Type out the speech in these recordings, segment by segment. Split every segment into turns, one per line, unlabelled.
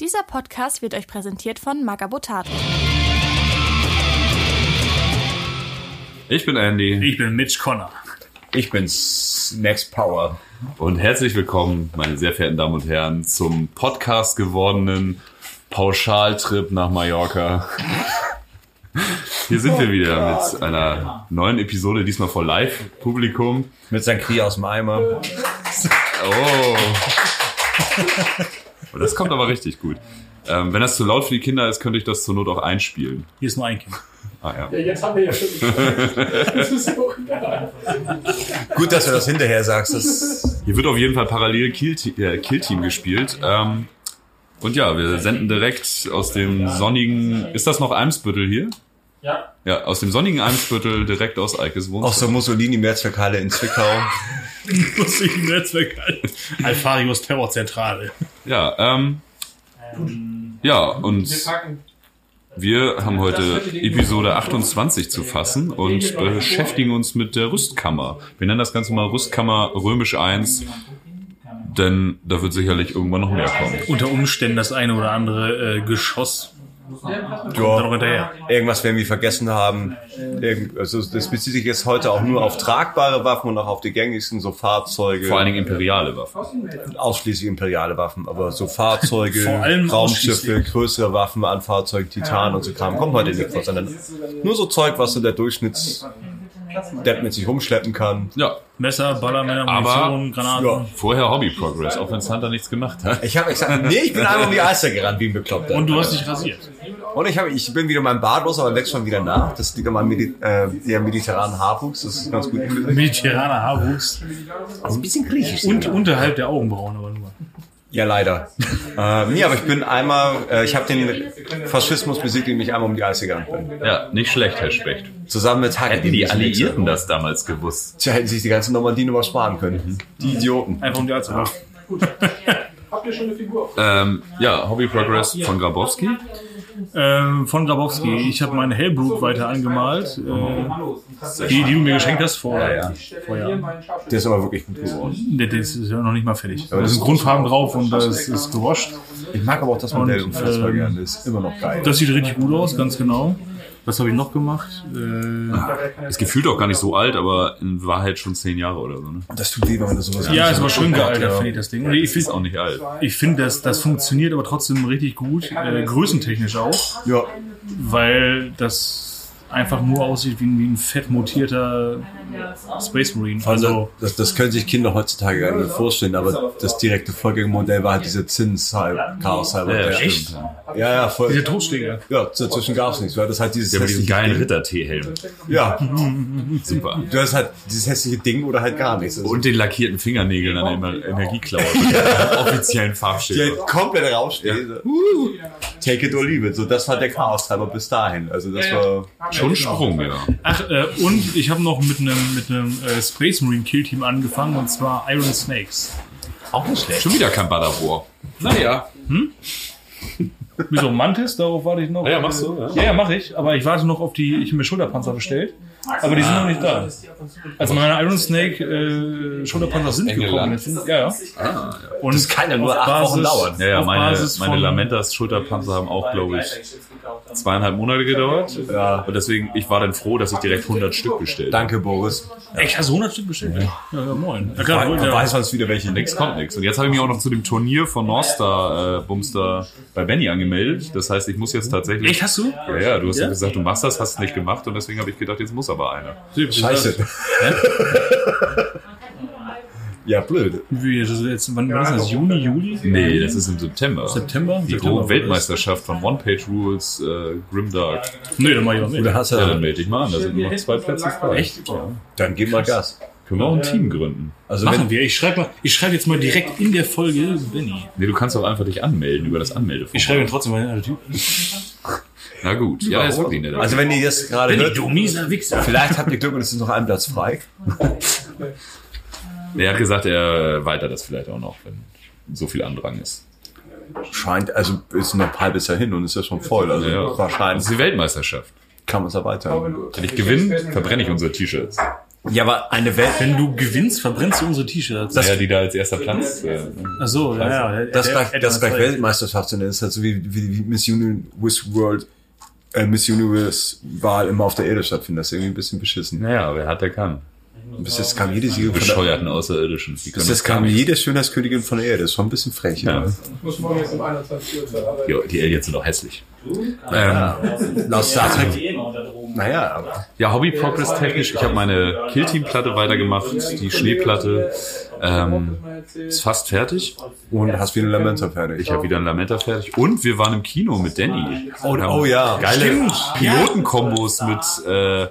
Dieser Podcast wird euch präsentiert von Magabotato.
Ich bin Andy
Ich bin Mitch Connor.
Ich bin Snacks Power.
und herzlich willkommen, meine sehr verehrten Damen und Herren, zum Podcast gewordenen Pauschaltrip nach Mallorca. Hier sind
Oh
wir wieder mit einer neuen Episode, diesmal vor Live-Publikum.
Mit Sankri aus dem Eimer.
Oh. Und das kommt aber richtig gut. Ähm, wenn das zu laut für die Kinder ist, könnte ich das zur Not auch einspielen.
Hier ist nur ein Kind.
Ah, ja.
Jetzt haben wir ja schon Das ist so ungeil.
Gut, dass du das hinterher sagst. Das
Hier wird auf jeden Fall parallel Kill, äh, Kill Team gespielt. Ähm, und ja, wir senden direkt aus dem sonnigen. Ist das noch Eimsbüttel hier?
Ja.
Ja, aus dem sonnigen Eimsbüttel direkt aus Eikes
auch
Wohnzimmer.
so Mussolini-Mehrzweckhalle in Zwickau.
Muss ich im Netzwerk halten. Alfarios Terrorzentrale.
Ja, ähm, ja, und
Wir packen.
wir haben heute Episode 28 zu fassen und beschäftigen uns mit der Rüstkammer. Wir nennen das Ganze mal Rüstkammer Römisch 1, denn da wird sicherlich irgendwann noch mehr kommen.
Unter Umständen das eine oder andere äh, Geschoss. Kommt da noch
Ja,
hinterher.
irgendwas werden wir vergessen haben. Irgend, also das bezieht sich jetzt heute auch nur auf tragbare Waffen und auch auf die gängigsten, so Fahrzeuge.
Vor allen Dingen imperiale Waffen.
ausschließlich imperiale Waffen, aber so Fahrzeuge,
Vor allem
Raumschiffe,
ausschließlich.
größere Waffen an Fahrzeugen, Titan und so Kram kommt heute nicht vor, sondern nur so Zeug, was so der Durchschnitts Depp mit sich rumschleppen kann.
Ja,
Messer, Ballermänner,
Aber-
Munition, Granaten.
Ja.
vorher Hobby Progress, auch wenn Santa nichts gemacht hat.
Ich habe gesagt, nee, ich bin einmal um die Alster gerannt, wie ein Bekloppter.
Und du hast dich rasiert.
Und ich, hab, ich bin wieder mein Bart los, aber wächst schon wieder nach. Das liegt an meinem Medi äh, eher mediterranen Haarwuchs. Das ist ganz gut. hingekriegt.
Mediterraner Haarwuchs.
Also ein bisschen griechisch.
Und unterhalb der Augenbrauen aber nur.
Ja, leider. äh, nee, aber ich bin einmal, äh, ich habe den Faschismus besiegt, den ich einmal um die Alster gerannt bin.
Ja, nicht schlecht, Herr Specht.
Zusammen mit Hagen.
Hätten Äh, die Alliierten das damals gewusst?
Tja, hätten sich die ganze Normandie nur mal sparen
Mhm.
können. Die Idioten.
Einfach um die Alster.
Habt ihr schon eine Figur?
Ähm, ja, Hobby Progress von Grabowski.
Ähm, von Grabowski. Ich habe meinen Hellbrook weiter angemalt. Äh,
Hallo.
die, die du mir geschenkt hast vor.
Ja, ja.
Vorher.
Der ist aber wirklich gut geworden.
Der, der ist ja noch nicht mal fertig.
Aber
Da
das
sind
ist-
Grundfarben drauf und das ist gewascht.
Ich mag aber auch das Modell
Und,
unfassbar
ähm,
gerne. Ist immer noch geil.
Das sieht richtig gut aus, ganz genau. Was habe ich noch gemacht? Äh,
Ist gefühlt auch gar nicht so alt, aber in Wahrheit schon zehn Jahre oder so. Ne?
das tut weh, wenn man das sowas
ja,
anschaut.
ist aber schön gealtert,
Ja.
finde ich das Ding. Und ich
Ist auch
finde,
nicht alt.
ich find, das, das funktioniert aber trotzdem richtig gut, äh, größentechnisch auch,
Ja.
weil das einfach nur aussieht wie ein, wie ein fett mutierter Space Marine.
Also,
Also,
das, das können sich Kinder heutzutage gar nicht mehr vorstellen, aber das direkte Vorgängermodell war halt diese zins chaos
Ja,
halber
echt?
Ja, ja, voll.
diese Todschläger.
Ja, dazwischen gab es nichts. Du hattest halt dieses
Der mit diesem
hässliche
geilen
Ding.
Ritter-T-Helm.
ne?
Ja,
Super.
du hast halt dieses hässliche Ding oder halt gar nichts. Also,
Und den lackierten Fingernägeln an der Ener- Energieklaue. mit dem offiziellen
die
Farbschild.
halt komplett rausstehen. so, uh, Take it or leave it. So, das war der Chaos-Treiber bis dahin. Also, das war.
Schon ein Sprung, ja.
Ach, äh, und ich habe noch mit einem mit einem äh, Space Marine Kill Team angefangen und zwar Iron Snakes.
Auch nicht schlecht.
Schon wieder kein Badabor. Naja.
Wieso Mantis? Darauf warte ich noch.
Ja, machst du, ja.
Ja, ja, mache ich. Aber ich warte noch auf die. Ich habe mir Schulterpanzer bestellt. Aber die sind noch nicht da. Also meine Iron Snake äh, Schulterpanzer sind gekommen.
England.
letztens. Ja, ja.
Ah,
Und das
kann ja nur acht Wochen dauern.
Ja, ja,
auf
meine,
Basis von,
meine Lamentas-Schulterpanzer haben auch, glaube ich, zweieinhalb Monate gedauert.
Ja.
Und deswegen, ich war dann froh, dass ich direkt 100 Stück bestellt habe.
Danke, Boris.
Echt, hast du 100 Stück bestellt? Ja, ja, moin. Ja, klar,
Man
ja.
weiß uns wieder welche
Nix kommt nix. Und jetzt habe ich mich auch noch zu dem Turnier von Northstar äh, Bumster bei Benny angemeldet. Das heißt, ich muss jetzt tatsächlich.
Echt, hast du?
Ja, ja, du hast ja gesagt, du machst das, hast es nicht gemacht und deswegen habe ich gedacht, jetzt muss aber einer.
Scheiße. ja, blöd.
Wie, das ist jetzt, wann war das? Juni, Juli?
Nee, das ist im September.
September?
Die
September
grobe Weltmeisterschaft von One Page Rules, äh, Grimdark.
Nee, dann mach ich auch mit.
Oder hast
Ja, dann
du,
melde dich mal an, da sind also nur noch zwei Plätze frei. Echt? Ja.
dann gib mal Gas.
Können wir auch ein Team gründen.
Also
Machen
wenn,
wir. Ich schreibe schreib jetzt mal direkt in der Folge Benny.
Nee, du kannst auch einfach dich anmelden über das
Ich
Anmeldeformular.
schreibe ihn trotzdem mal in der Typ.
Na gut, ja, ist wirklich nett.
also wenn ihr das gerade hört,
Du mieser Wichser.
vielleicht habt ihr Glück und es ist noch ein Platz frei.
er hat gesagt, er weitert das vielleicht auch noch, wenn so viel Andrang ist.
Scheint, also ist noch halb bis dahin und ist ja schon voll. Also
Ja. Das
wahrscheinlich
ist die Weltmeisterschaft.
kann man es erweitern.
um Wenn ich gewinne, verbrenne ich unsere T-Shirts.
Ja, aber eine Welt.
Wenn du gewinnst, verbrennst du unsere T-Shirts.
ja, die da als erster Platz. Äh,
Ach so, ja, ja.
Das
hätte-
gleich,
hätte
das
man
gleich
recht.
Weltmeisterschaft sind, ist halt so wie, wie, wie Miss Universe World, äh, Miss Universe Wahl immer auf der Erde stattfindet. Das ist irgendwie ein bisschen beschissen.
naja, wer hat, der kann.
Bis jetzt kam jede Siegerin von der,
Bescheuerten Außerirdischen. Die können
bis jetzt
das gar
kam
nicht.
jede Schönheitskönigin von der Erde. Das ist schon ein bisschen frech. ne?
Ja.
Ja.
Ich muss morgen jetzt um 21 Uhr zur Arbeit.
Jo, die Aliens sind auch hässlich.
Laut Star Trek.
eh immer unter Drogen.
Naja, aber.
Ähm, Ja, Hobby-Progress technisch. Ich habe meine Killteam-Platte weitergemacht, die Schneeplatte. Ähm, ist fast fertig.
Und hast wieder Lamenta fertig.
Ich habe wieder ein Lamenta fertig. Und wir waren im Kino mit Danny.
Oh,
Wir haben
oh ja.
Geile Pilotenkombos mit äh,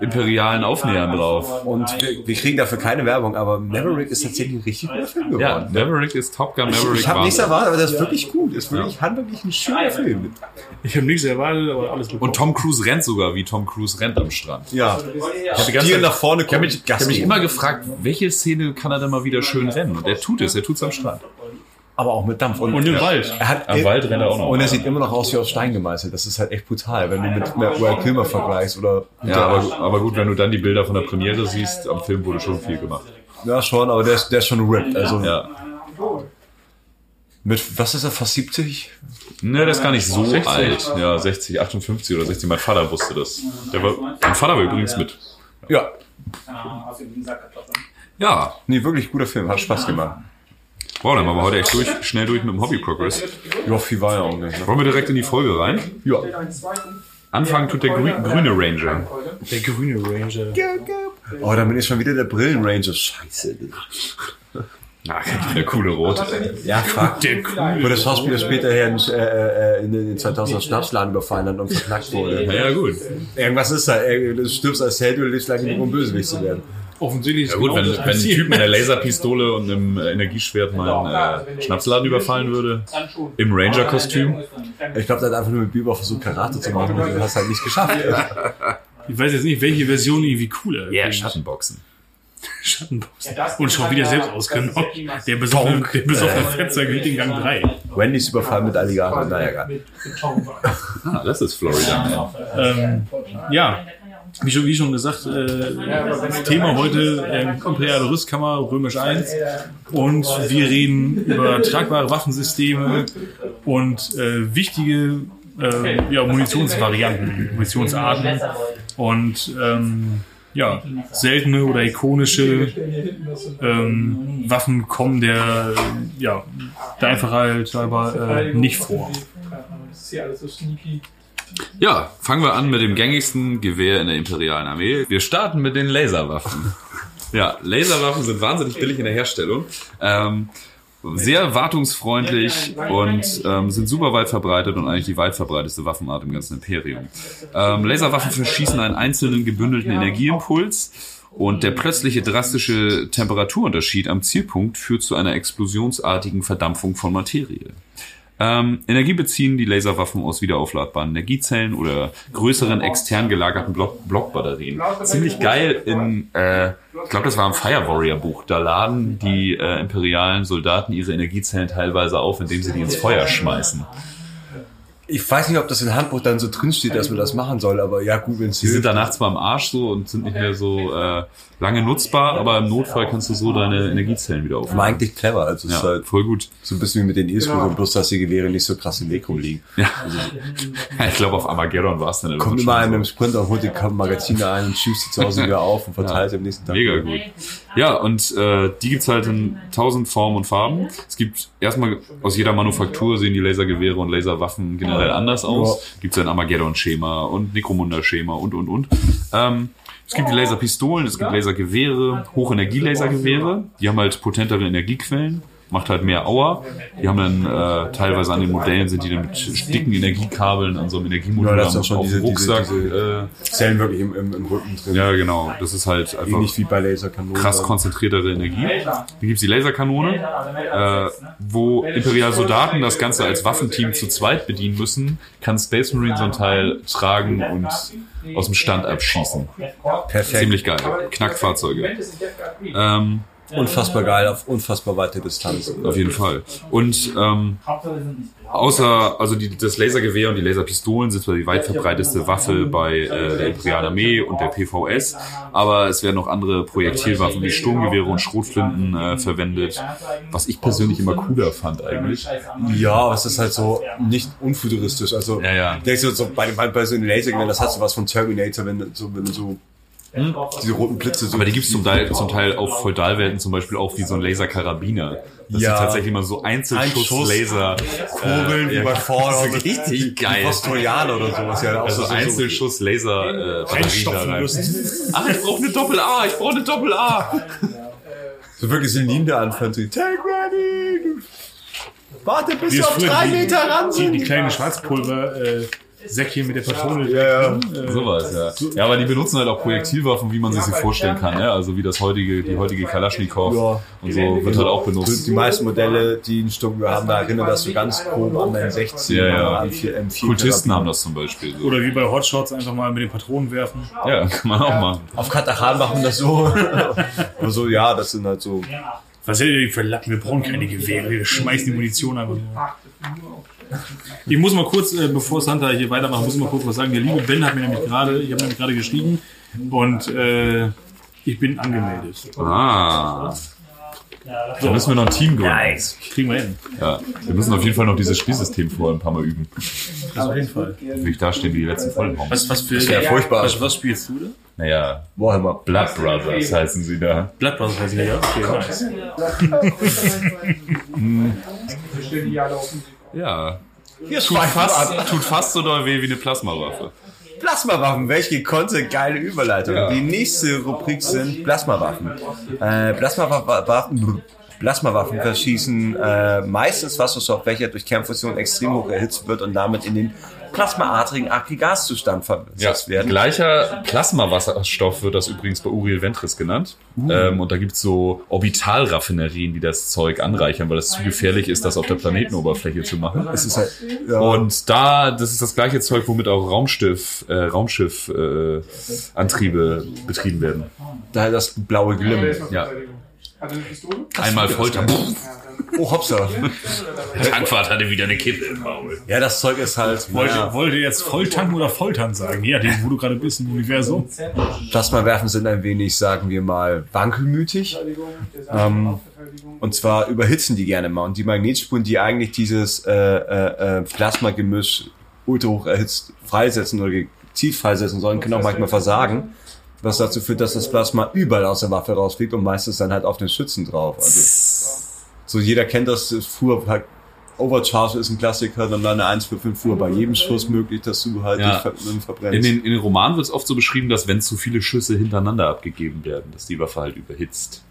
imperialen Aufnähern drauf.
Und wir, wir kriegen dafür keine Werbung, aber Maverick ist tatsächlich ein richtig guter Film
Ja,
geworden.
Maverick ist Top Gun Maverick.
ich habe
war-
nichts erwartet, aber das ist wirklich gut. Ist wirklich handwerklich ein schöner Film.
Ich habe nichts erwartet, aber alles gut.
Und Tom Cruise rennt sogar, wie Tom Cruise rennt am Strand.
Ja.
Ich hab die ganze
Stier
Zeit-
nach vorne
ich habe mich, ich hab mich
Gastgeber.
immer gefragt, welche Szene kann er denn mal wieder schön rennen? Und er tut es, er tut es am Strand.
aber auch mit Dampf.
Und im Wald.
Er hat
Am Wald rennt er auch noch.
Und er sieht immer noch aus wie aus Stein gemeißelt. Das ist halt echt brutal, wenn du mit Will Kilmer vergleichst oder.
Ja, aber, aber gut, wenn du dann die Bilder von der Premiere siehst, am Film wurde schon viel gemacht.
Ja, schon, aber der ist, der ist schon ripped. Also
Ja.
mit, was ist er, fast 70?
Ne, der ist gar nicht so alt. Ja, 60, 58 oder 60. Mein Vater wusste das. Der war, mein Vater war übrigens mit.
Ja.
Ja,
Nee, wirklich guter Film. Hat Spaß gemacht.
wow, dann machen wir heute echt durch, schnell durch mit dem Hobby Progress.
Ja, viel war ja auch nicht. ne?
Wollen wir direkt in die Folge rein?
Ja.
Anfangen tut der grü grüne Ranger.
Der grüne Ranger.
Oh, dann bin ich schon wieder der Brillenranger. Scheiße.
Na, der coole Rote.
Ja, fuck.
Der
Wo
grüne.
der Schauspieler später her in, äh, äh, in den 2000er Schnapsladen überfallen hat und verknackt wurde.
Ja, gut.
Irgendwas ist da. Ey, Du stirbst als Held und lebst lange genug, um Bösewicht zu werden.
Offensichtlich ist
Ja, gut,
genau
wenn,
das
wenn ein
passiert.
Typ mit einer Laserpistole und einem äh, Energieschwert mal einen äh, Schnapsladen überfallen würde, im Ranger-Kostüm,
Ich glaube, der hat einfach nur mit Biber versucht, Karate zu machen und hat es halt nicht geschafft.
Ich weiß jetzt nicht, welche Version irgendwie cooler
ja,
klingt.
Schattenboxen.
Schattenboxen.
das-
Und schon wieder selbst ausgenommen. Der besoffene, der besoffene Fetzer geht in Gang 3.
Wendys Überfall mit Alligator, naja, egal.
Ah, das ist Florida.
Ähm, ja, wie schon, wie schon gesagt, äh, das Thema heute ähm, Imperiale Rüstkammer, Römisch 1. Und wir reden über tragbare Waffensysteme und äh, wichtige äh, ja, Munitionsvarianten, Munitionsarten und ähm, ja, seltene oder ikonische Äh, ähm, Waffen kommen der, äh, ja, der Einfachheit halber äh, nicht vor.
Das ist hier alles so sneaky.
Ja, fangen wir an mit dem gängigsten Gewehr in der imperialen Armee. Wir starten mit den Laserwaffen. Ja, Laserwaffen sind wahnsinnig billig in der Herstellung. Ähm, sehr wartungsfreundlich und ähm, sind super weit verbreitet und eigentlich die weit verbreiteste Waffenart im ganzen Imperium. Ähm, Laserwaffen verschießen einen einzelnen gebündelten Energieimpuls und der plötzliche drastische Temperaturunterschied am Zielpunkt führt zu einer explosionsartigen Verdampfung von Materie. Ähm, Energie beziehen die Laserwaffen aus wiederaufladbaren Energiezellen oder größeren extern gelagerten Block Blockbatterien. Ziemlich geil in, äh, ich glaube, das war im Fire Warrior Buch. Da laden die äh, imperialen Soldaten ihre Energiezellen teilweise auf, indem sie die ins Feuer schmeißen.
Ich weiß nicht, ob das in Handbuch dann so drinsteht, dass man das machen soll, aber ja, gut, wenn es
Die sind
hilft.
danach zwar am Arsch so und sind nicht mehr so äh, lange nutzbar, aber im Notfall kannst du so deine Energiezellen wieder
War
aufladen.
eigentlich clever, also es ist
Ja,
halt
voll gut.
so ein bisschen wie mit den E E-Scootern, bloß dass die Gewehre nicht so krass im Weg rumliegen.
Ja. Ich glaube, auf Armageddon war es dann schon
Kommt immer
so.
in einem Sprinter, holt die Magazine ein und schießt sie zu Hause wieder auf und verteilt sie am nächsten Tag.
Mega gut. Ja, und äh, die gibt's halt in tausend Formen und Farben. Es gibt erstmal aus jeder Manufaktur sehen die Lasergewehre und Laserwaffen generell anders aus. Gibt's ein Armageddon-Schema und Necromunda-Schema und und und. Ähm, es gibt die Laserpistolen, es gibt Lasergewehre, Hochenergie-Lasergewehre. Die haben halt potentere Energiequellen. Macht halt mehr Auer. Die haben dann äh, teilweise an den Modellen sind die dann mit dicken Energiekabeln an so einem Energiemodul
Ja, das ist
am-
auch schon
auf dem
diese- diese-
Rucksack.
diese- Zellen wirklich im, im, im Rücken
äh,
drin.
ja, genau. Das ist halt einfach
Ähnlich wie bei Laserkanonen.
krass konzentriertere Energie. Dann gibt's die Laserkanone, äh, wo imperiale Soldaten das Ganze als Waffenteam zu zweit bedienen müssen, kann Space Marine so ein Teil tragen und aus dem Stand abschießen.
Perfekt.
Äh,
Ziemlich geil. Knackfahrzeuge. Ähm,
unfassbar geil auf unfassbar weite Distanz.
Auf jeden Fall. Und ähm, außer, also die, das Lasergewehr und die Laserpistolen sind zwar die weit verbreiteste Waffe bei äh, der Imperialen Armee und der PVS, aber es werden auch andere Projektilwaffen wie Sturmgewehre und Schrotflinten äh, verwendet, was ich persönlich immer cooler fand eigentlich.
Ja, aber es ist halt so nicht unfuturistisch. Also
Ja, ja.
denkst du so bei dem bei so einem Lasergewehr, das hast du was von Terminator, wenn du so, wenn du so hm, diese roten Blitze so.
Aber die gibt es zum Teil, zum Teil auf Feudalwelten zum Beispiel auch wie so ein Laserkarabiner. Das
Ja.
sind tatsächlich mal so äh, Einzelschuss-Laser.
Kurbeln wie bei Fallout.
richtig geil.
Postolianer oder sowas. Ja, auch
Also
so- so-
Einzelschuss-Laser-Batterie da
Reinstopfen
rein.
müssen.
Ach, ich brauche eine Doppel-A, ich brauche eine Doppel-A.
So wirklich Zylinder anfangen zu Take running! Warte, bis
Wie
wir
es
auf
früher
drei
die-
Meter ran
Die,
sind!
die kleinen Schwarzpulver-Säckchen mit der Patrone. äh,
Ja, ja.
Sowas, ja. Ja, aber die benutzen halt auch Projektilwaffen, wie man sich sie vorstellen kann, ne? Also wie das heutige, die heutige Kalaschnikow
Ja.
und so wird halt auch benutzt.
Die meisten Modelle, die einen Sturmgewehr haben, da erinnern das so ganz grob an den 16
Ja, ja.
oder an 4 M4.
Kultisten haben das zum Beispiel. So.
Oder wie bei Hotshots einfach mal mit den Patronen werfen.
Ja, kann man auch machen.
Auf Katahan machen das so. Aber so, ja, das sind halt so.
Was hättet ihr für Lappen? Wir brauchen keine Gewehre. Wir schmeißen die Munition einfach nur. Ich muss mal kurz, äh, bevor Santa hier weitermacht, muss ich mal kurz was sagen. Der liebe Ben hat mir nämlich gerade, ich habe nämlich gerade geschrieben und äh, ich bin angemeldet.
Ah. Da müssen wir noch ein Team gründen.
Kriegen wir hin.
Ja, wir müssen auf jeden Fall noch dieses Spielsystem vorher ein paar Mal üben.
Das auf jeden Fall.
Wie ich dastehen wie die letzten Folgen.
Was, was für.
Ja, furchtbar.
Was, was spielst du da?
Naja,
Warhammer.
Blood Brothers heißen sie da.
Blood Brothers heißt ja. Okay, nice.
Ja.
Hier ist
Tut fast, tut fast so doll weh wie eine Plasmawaffe.
Plasmawaffen. Welch gekonnte geile Überleitung.
Ja.
Die nächste Rubrik sind Plasmawaffen. Äh, Plasmawaffen. Plasmawaffen verschießen äh, meistens Wasserstoff, welcher durch Kernfusion extrem hoch erhitzt wird und damit in den plasmaartigen Aggregatzustand versetzt werden.
Gleicher Plasmawasserstoff wird das übrigens bei Uriel Ventris genannt. Ähm, und da gibt's so Orbitalraffinerien, die das Zeug anreichern, weil das zu gefährlich ist, das auf der Planetenoberfläche zu machen.
Es ist halt, ja.
Und da, das ist das gleiche Zeug, womit auch Raumstiff, äh, Raumschiff äh, Antriebe betrieben werden.
da das blaue Glimm.
Ja.
Also eine Pistole?
Einmal Folter.
Oh, hopsa.
Der Tankwart hatte wieder eine Kippe im Maul.
Ja, das Zeug ist halt,
Wollte,
naja,
wollte jetzt Volltanken oder Foltern sagen? Ja, den, wo du gerade bist im Universum.
Plasmawerfen sind ein wenig, sagen wir mal, wankelmütig. Ähm, und zwar überhitzen die gerne mal. Und die Magnetspuren, die eigentlich dieses äh, äh, äh, Plasmagemisch ultra hoch erhitzt freisetzen oder gezielt freisetzen sollen, können auch manchmal versagen. Was dazu führt, dass das Plasma überall aus der Waffe rausfliegt und meistens dann halt auf den Schützen drauf. Also, so jeder kennt das, früher halt Overcharge ist ein Klassiker, dann eine 1 für 5 Uhr bei jedem Schuss möglich, dass du halt
Ja.
dich ver verbrennst.
In den, in den Romanen wird es oft so beschrieben, dass wenn zu viele Schüsse hintereinander abgegeben werden, dass die Waffe halt überhitzt.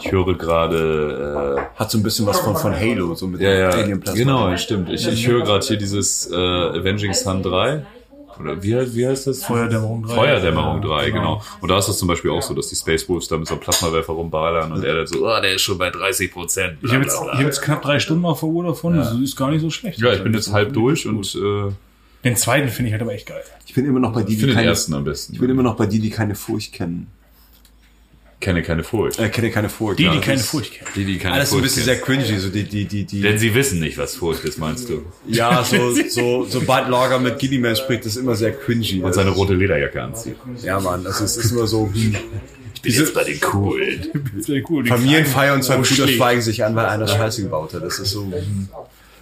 Ich höre gerade.
Hat so ein bisschen was von, von Halo, so mit
Äh, ja, ja.
Alien-Plasma.
Genau, stimmt. Ich, ich höre gerade hier dieses äh, Avenging Sun 3. Oder wie, wie heißt das?
Feuerdämmerung 3.
Feuerdämmerung 3, genau. Und da ist das zum Beispiel auch so, dass die Space Wolves da mit so einem Plasmawerfer rumballern und er dann so, ah, der ist schon bei 30 Prozent.
Ich habe jetzt, ich hab jetzt knapp drei Stunden auf der Uhr davon. Das ist gar nicht so schlecht.
Ja, ich bin jetzt halb durch und äh,
Den zweiten finde ich halt aber echt geil.
Ich bin immer noch bei die,
ich
die
finde den
keine,
ersten am besten.
ich bin immer noch bei die, die keine Furcht kennen.
kenne keine Furcht.
Äh, kenne keine Furcht.
Die,
ja,
die
das
keine
ist
Furcht kennen.
Also Die, die keine
Alles so ein
Furcht
bisschen
kennen.
sehr cringy, so die, die, die,
Denn
die.
sie wissen nicht, was Furcht ist, meinst du?
Ja, so, so, sobald Lager mit Gilliman spricht, das ist immer sehr cringy.
Und seine rote Lederjacke anzieht.
Ja, Mann, das ist, ist immer so. hm.
Ich bin jetzt bei den Coolen.
Das ist echt cool. Die
Familienfeier und zwei
Oh,
Wo
Brüder
schlägt?
schweigen sich an, weil einer Scheiße gebaut hat. Das ist so. hm.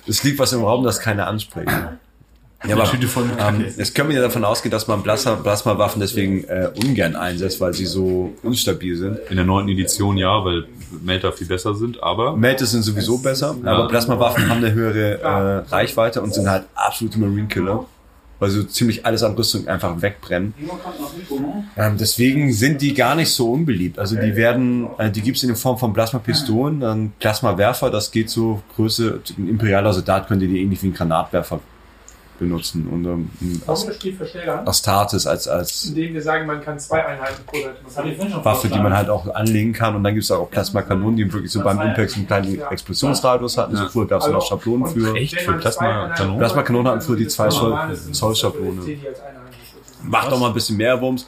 Es liegt was im Raum, das keiner anspricht. Ja, aber
Tüte voll mit
ähm,
Kacke.
jetzt können wir ja davon ausgehen, dass man Plasma, Plasmawaffen deswegen äh, ungern einsetzt, weil sie so unstabil sind.
In der neunten Edition ja, weil Melter viel besser sind, aber
Meltes sind sowieso besser, aber Plasmawaffen haben eine höhere äh, Reichweite und sind halt absolute Marine Killer, weil sie so ziemlich alles an Rüstung einfach wegbrennen. Ähm, deswegen sind die gar nicht so unbeliebt. Also die werden, äh, die gibt's in der Form von Plasmapistolen, dann Plasmawerfer, das geht so Größe, ein imperialer Soldat könnte die ähnlich wie ein Granatwerfer benutzen und ähm, ein As-
steht Verstärker an,
Astartes als, als
indem wir sagen, man kann zwei Einheiten pro Seite machen.
Waffe, die man halt auch anlegen kann. Und dann gibt's auch Plasmakanonen, die wirklich so beim Impact so einen kleinen Explosionsradius hatten. So früher gab's da noch Schablonen für.
echt für Plasmakanonen?
Plasmakanonen hatten früher die zwei Zoll-
Normales ist-
Zoll Schablone.
zählt die als eine Einheit.
Macht doch mal ein bisschen mehr Wumms.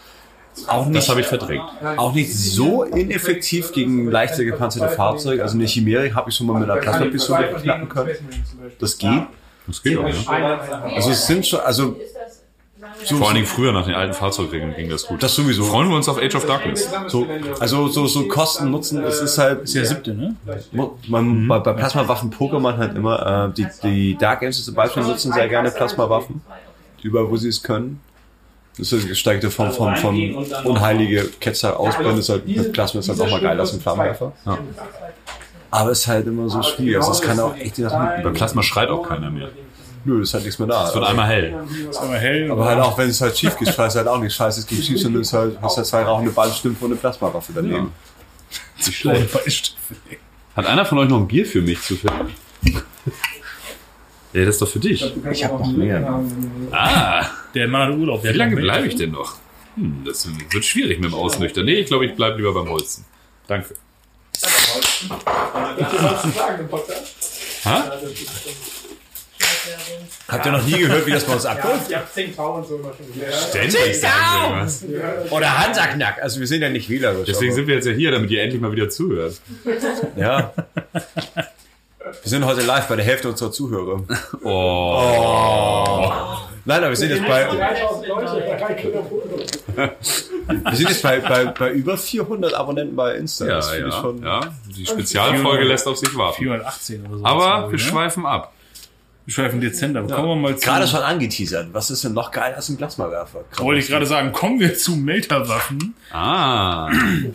auch
Das
nicht,
habe ich verdrängt.
auch nicht so ineffektiv gegen leichter gepanzerte Fahrzeuge. Also eine Chimäre habe ich schon mal mit einer Plasmapistole knacken können. Das geht.
Das geht auch, ja.
Also es sind schon, also
Vor allen Dingen früher nach den alten Fahrzeugregeln ging das gut.
das sowieso.
Freuen wir uns auf Age of Darkness.
So, also so, so Kosten, Nutzen, es ist halt,
ist der siebte, ne?
man, bei, bei Plasmawaffen Pokémon halt immer, äh, die, die Dark Angels zum Beispiel nutzen sehr gerne Plasmawaffen, überall wo sie es können. Das ist eine gesteigerte Form von, von unheilige Ketzer ausbrennen, ist halt mit Plasma ist halt auch mal geil als ein Flammenwerfer.
Ja.
Aber es ist halt immer so schwierig, also es kann auch echt die Sachen
Bei
mitnehmen.
Plasma schreit auch keiner mehr.
Nö, ist halt nichts mehr da.
Es wird einmal hell.
Aber hell.
aber halt auch, wenn es halt schief geht, scheiße halt auch nicht. Scheiße, es geht schief, sondern es halt, hast halt zwei rauchende Ballstimmen und eine Plasmawaffe daneben.
Hat einer von euch noch ein Bier für mich zufällig? Ja, das ist doch für dich.
Ich habe noch mehr.
Ah,
Der Mann hat Urlaub.
wie
Der hat
lange
noch
bleibe
mit.
ich denn noch? Hm, das wird schwierig mit dem Ausnüchtern. Nee, ich glaube, ich bleibe lieber beim Holzen. Danke. Ha?
Habt ihr noch nie gehört, wie das bei uns abläuft?
Ich hab 10 Tau und so immer schon gesehen.
Ständig sagen wir was.
Oder Hansa-Knack. Also wir sind ja nicht wählerisch.
Deswegen
aber-
sind wir jetzt ja hier, damit ihr endlich mal wieder zuhört.
ja. Wir sind heute live bei der Hälfte unserer Zuhörer.
Oh,
Nein, aber wir sind jetzt bei,
3000 Leute bei drei Kinder Foto.
wir sind jetzt bei, bei, bei über 400 Abonnenten bei Insta.
ja,
das finde ich
ja,
schon.
ja. Die Spezialfolge lässt auf sich warten.
418 oder so.
Aber wir
wir schweifen.
schweifen ab.
ne? Wir schweifen dezent ab. Kommen wir mal zu.
Gerade schon angeteasert. Was ist denn noch geiler als ein Plasmawerfer?
wollte ich gerade sagen, kommen wir zu Melterwaffen.
Ah, ein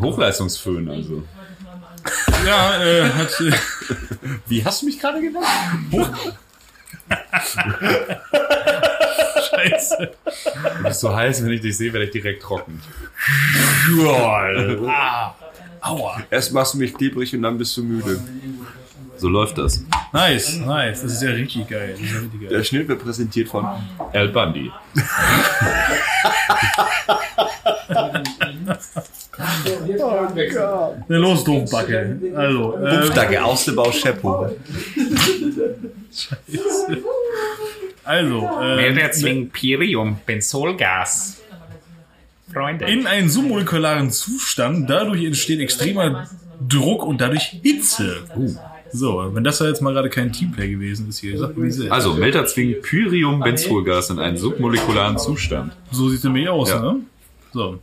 Hochleistungsföhn also.
Ja, äh, hat, äh,
Wie hast du mich gerade genannt?
scheiße.
Du bist so heiß, wenn ich dich sehe, werde ich direkt trocken.
Aua.
Erst machst du mich klebrig und dann bist du müde.
So läuft das.
Nice, nice. Das ist ja richtig geil. Das ist ja richtig geil.
Der Schnitt wird präsentiert von
El Bundy.
Jetzt
Oh
kann man wechseln.
Na Ne, los, Dombacke. Also, äh,
Bumpfdacke aus dem Bau Scheppo.
also äh,
Meerretzling Pirium um Benzolgas. Freunde.
in einen submolekularen Zustand, dadurch entsteht extremer Druck und dadurch Hitze. So, wenn das ja jetzt mal gerade kein Teamplay gewesen ist hier. Sag, wie ist es?
Also, Melter zwingt Pyrium Benzolgas in einen submolekularen Zustand.
So sieht es nämlich aus,
Ja.
ne? So.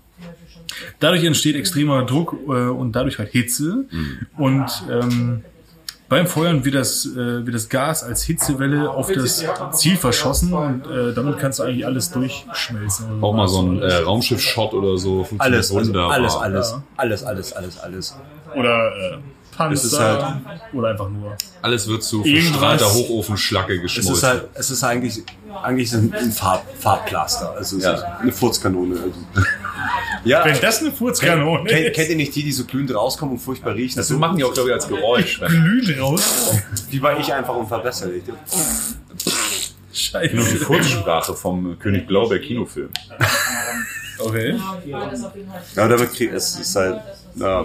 Dadurch entsteht extremer Druck äh, und dadurch halt Hitze.
Mhm.
Und ähm, beim Feuern wird das, äh, wird das Gas als Hitzewelle auf das Ziel verschossen und äh, damit kannst du eigentlich alles durchschmelzen.
Auch mal so ein äh, Raumschiff-Shot oder so. Funktioniert
Alles, also
wunderbar.
alles, alles, alles, alles, alles, alles.
Oder äh,
Es ist
Panzer.
halt-
oder einfach nur.
Alles wird zu
Irgendwas-
verstrahlter Hochofenschlacke
Es
geschmolzen.
ist halt, es ist eigentlich, eigentlich ist es ein, ein Farb, Farbplaster. Also es ist eine Furzkanone. Also. ja.
Wenn das eine Furzkanone
Kennt,
ist,
kennt ihr nicht die, die so glühend rauskommen und furchtbar riechen?
das machen die auch, glaube ich, als Geräusch. wenn-
glüht raus.
Die war ich einfach unverbesserlich.
Nur die
Scheiße.
Kurzsprache vom König Blaubeer Kinofilm.
Okay.
Ja, damit kriegt es ist halt. Ja.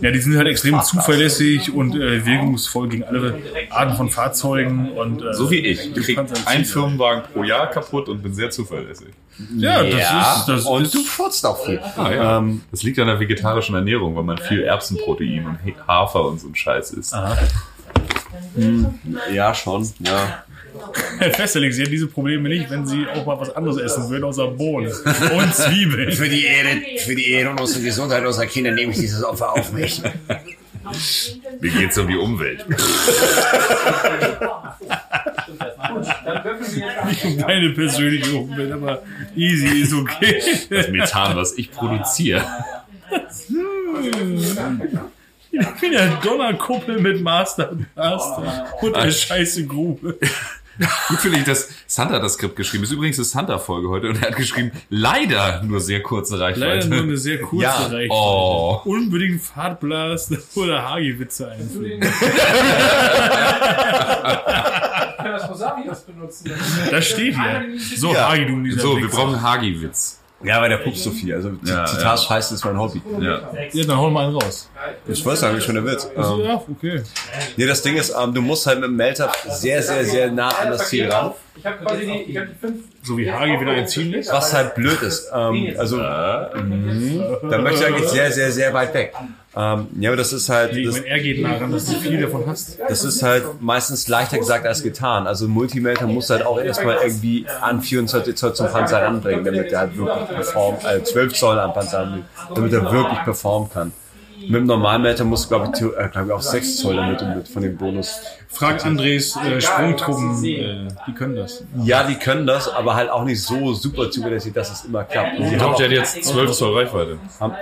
Ja, die sind halt extrem zuverlässig und äh, wirkungsvoll gegen alle Arten von Fahrzeugen und äh,
So wie ich.
du
Ich krieg
kannst als
einen
Ziel-
Firmenwagen pro Jahr kaputt und bin sehr zuverlässig.
Ja, das ist das
und
ist,
du furzt auch viel.
Ah, ja.
Ähm,
das liegt an der vegetarischen Ernährung, weil man viel Erbsenprotein und He- Hafer und so ein Scheiß isst.
ja, schon. Ja.
Herr Festerling, Sie hätten diese Probleme nicht, wenn Sie auch mal was anderes essen würden, außer Bohnen und Zwiebeln.
Für die Ehre, für die Ehre und unsere Gesundheit unserer Kinder nehme ich dieses Opfer auf mich.
Mir geht's um die Umwelt.
Keine persönliche Umwelt, aber easy ist okay.
Das Methan, was ich produziere.
Ich bin der Donnerkuppel mit Masterblast und der scheiße Grube.
Gut finde ich, dass Santa das Skript geschrieben ist. Übrigens ist Santa-Folge heute und er hat geschrieben, leider nur sehr kurze
Leider
Reichweite.
nur eine sehr kurze
Ja.
Reichweite.
Oh.
Unbedingt Fahrtblast oder Hagi-Witze einfügen.
Ich kann das Rosavias benutzen.
Das steht hier. So,
Ja.
Hagi, du mieser
so, wir
Wichser.
brauchen einen Hagi-Witz.
Ja, weil der Pups so viel. Also T-
Ja,
Titas scheißen ist mein Hobby.
Ja.
Ja, dann hol mal einen raus.
Ich weiß eigentlich schon, der Witz. Ähm,
Ja, okay.
nee, das Ding ist, ähm, du musst halt mit dem Melter sehr, sehr, sehr nah an das Ziel ran.
Ich habe quasi die, ich hab die fünf.
So wie Hagi wieder ein Ziel ist.
Was halt blöd ist. Ähm, also, mhm. da möchte ich eigentlich sehr, sehr, sehr weit weg. Ähm, ja, aber das ist halt,
Ich
das,
meine, er geht nah ran, dass du viel davon hast.
das ist halt meistens leichter gesagt als getan. Also, ein Multimelter muss halt auch erstmal irgendwie an 24 Zoll zum Panzer ranbringen, damit er halt wirklich performt, äh, 12 Zoll am Panzer ranbringen, damit er wirklich performen kann. Mit dem normalen Melter musst du, glaube ich, theo- äh, glaub ich, auf 6 Zoll, damit du mit von dem Bonus
Frag Andres äh, Sprungtruppen, äh, die können das.
Ja, die können das, aber halt auch nicht so super zuverlässig, dass es immer klappt. Und
Die
sie haben
Hauptjet
auch,
hat jetzt 12 Zoll Reichweite.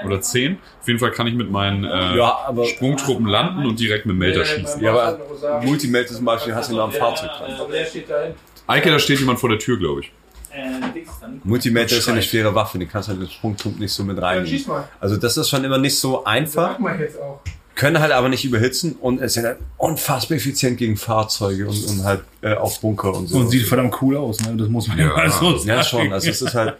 Oder 10. Auf jeden Fall kann ich mit meinen äh,
Ja, aber-
Sprungtruppen landen und direkt mit dem Melter schießen.
ja, aber Multimate zum Beispiel hast du noch am Fahrzeug dran.
Also
Der steht da hinten.
Eike, da steht jemand vor der Tür, glaube ich.
Äh, Dings dann.
Multimate ist ja eine schwere Waffe, die kannst du halt mit Sprungtrupp nicht so mit
Dann schieß
reinnehmen.
mal.
Also das ist schon immer nicht so einfach,
Mach mal jetzt auch.
können halt aber nicht überhitzen und es sind halt unfassbar effizient gegen Fahrzeuge und, und halt äh, auf Bunker und so.
Und sieht verdammt cool aus, ne? Das muss man ja
Ja.
mal so sagen.
ja, schon. Also es ist halt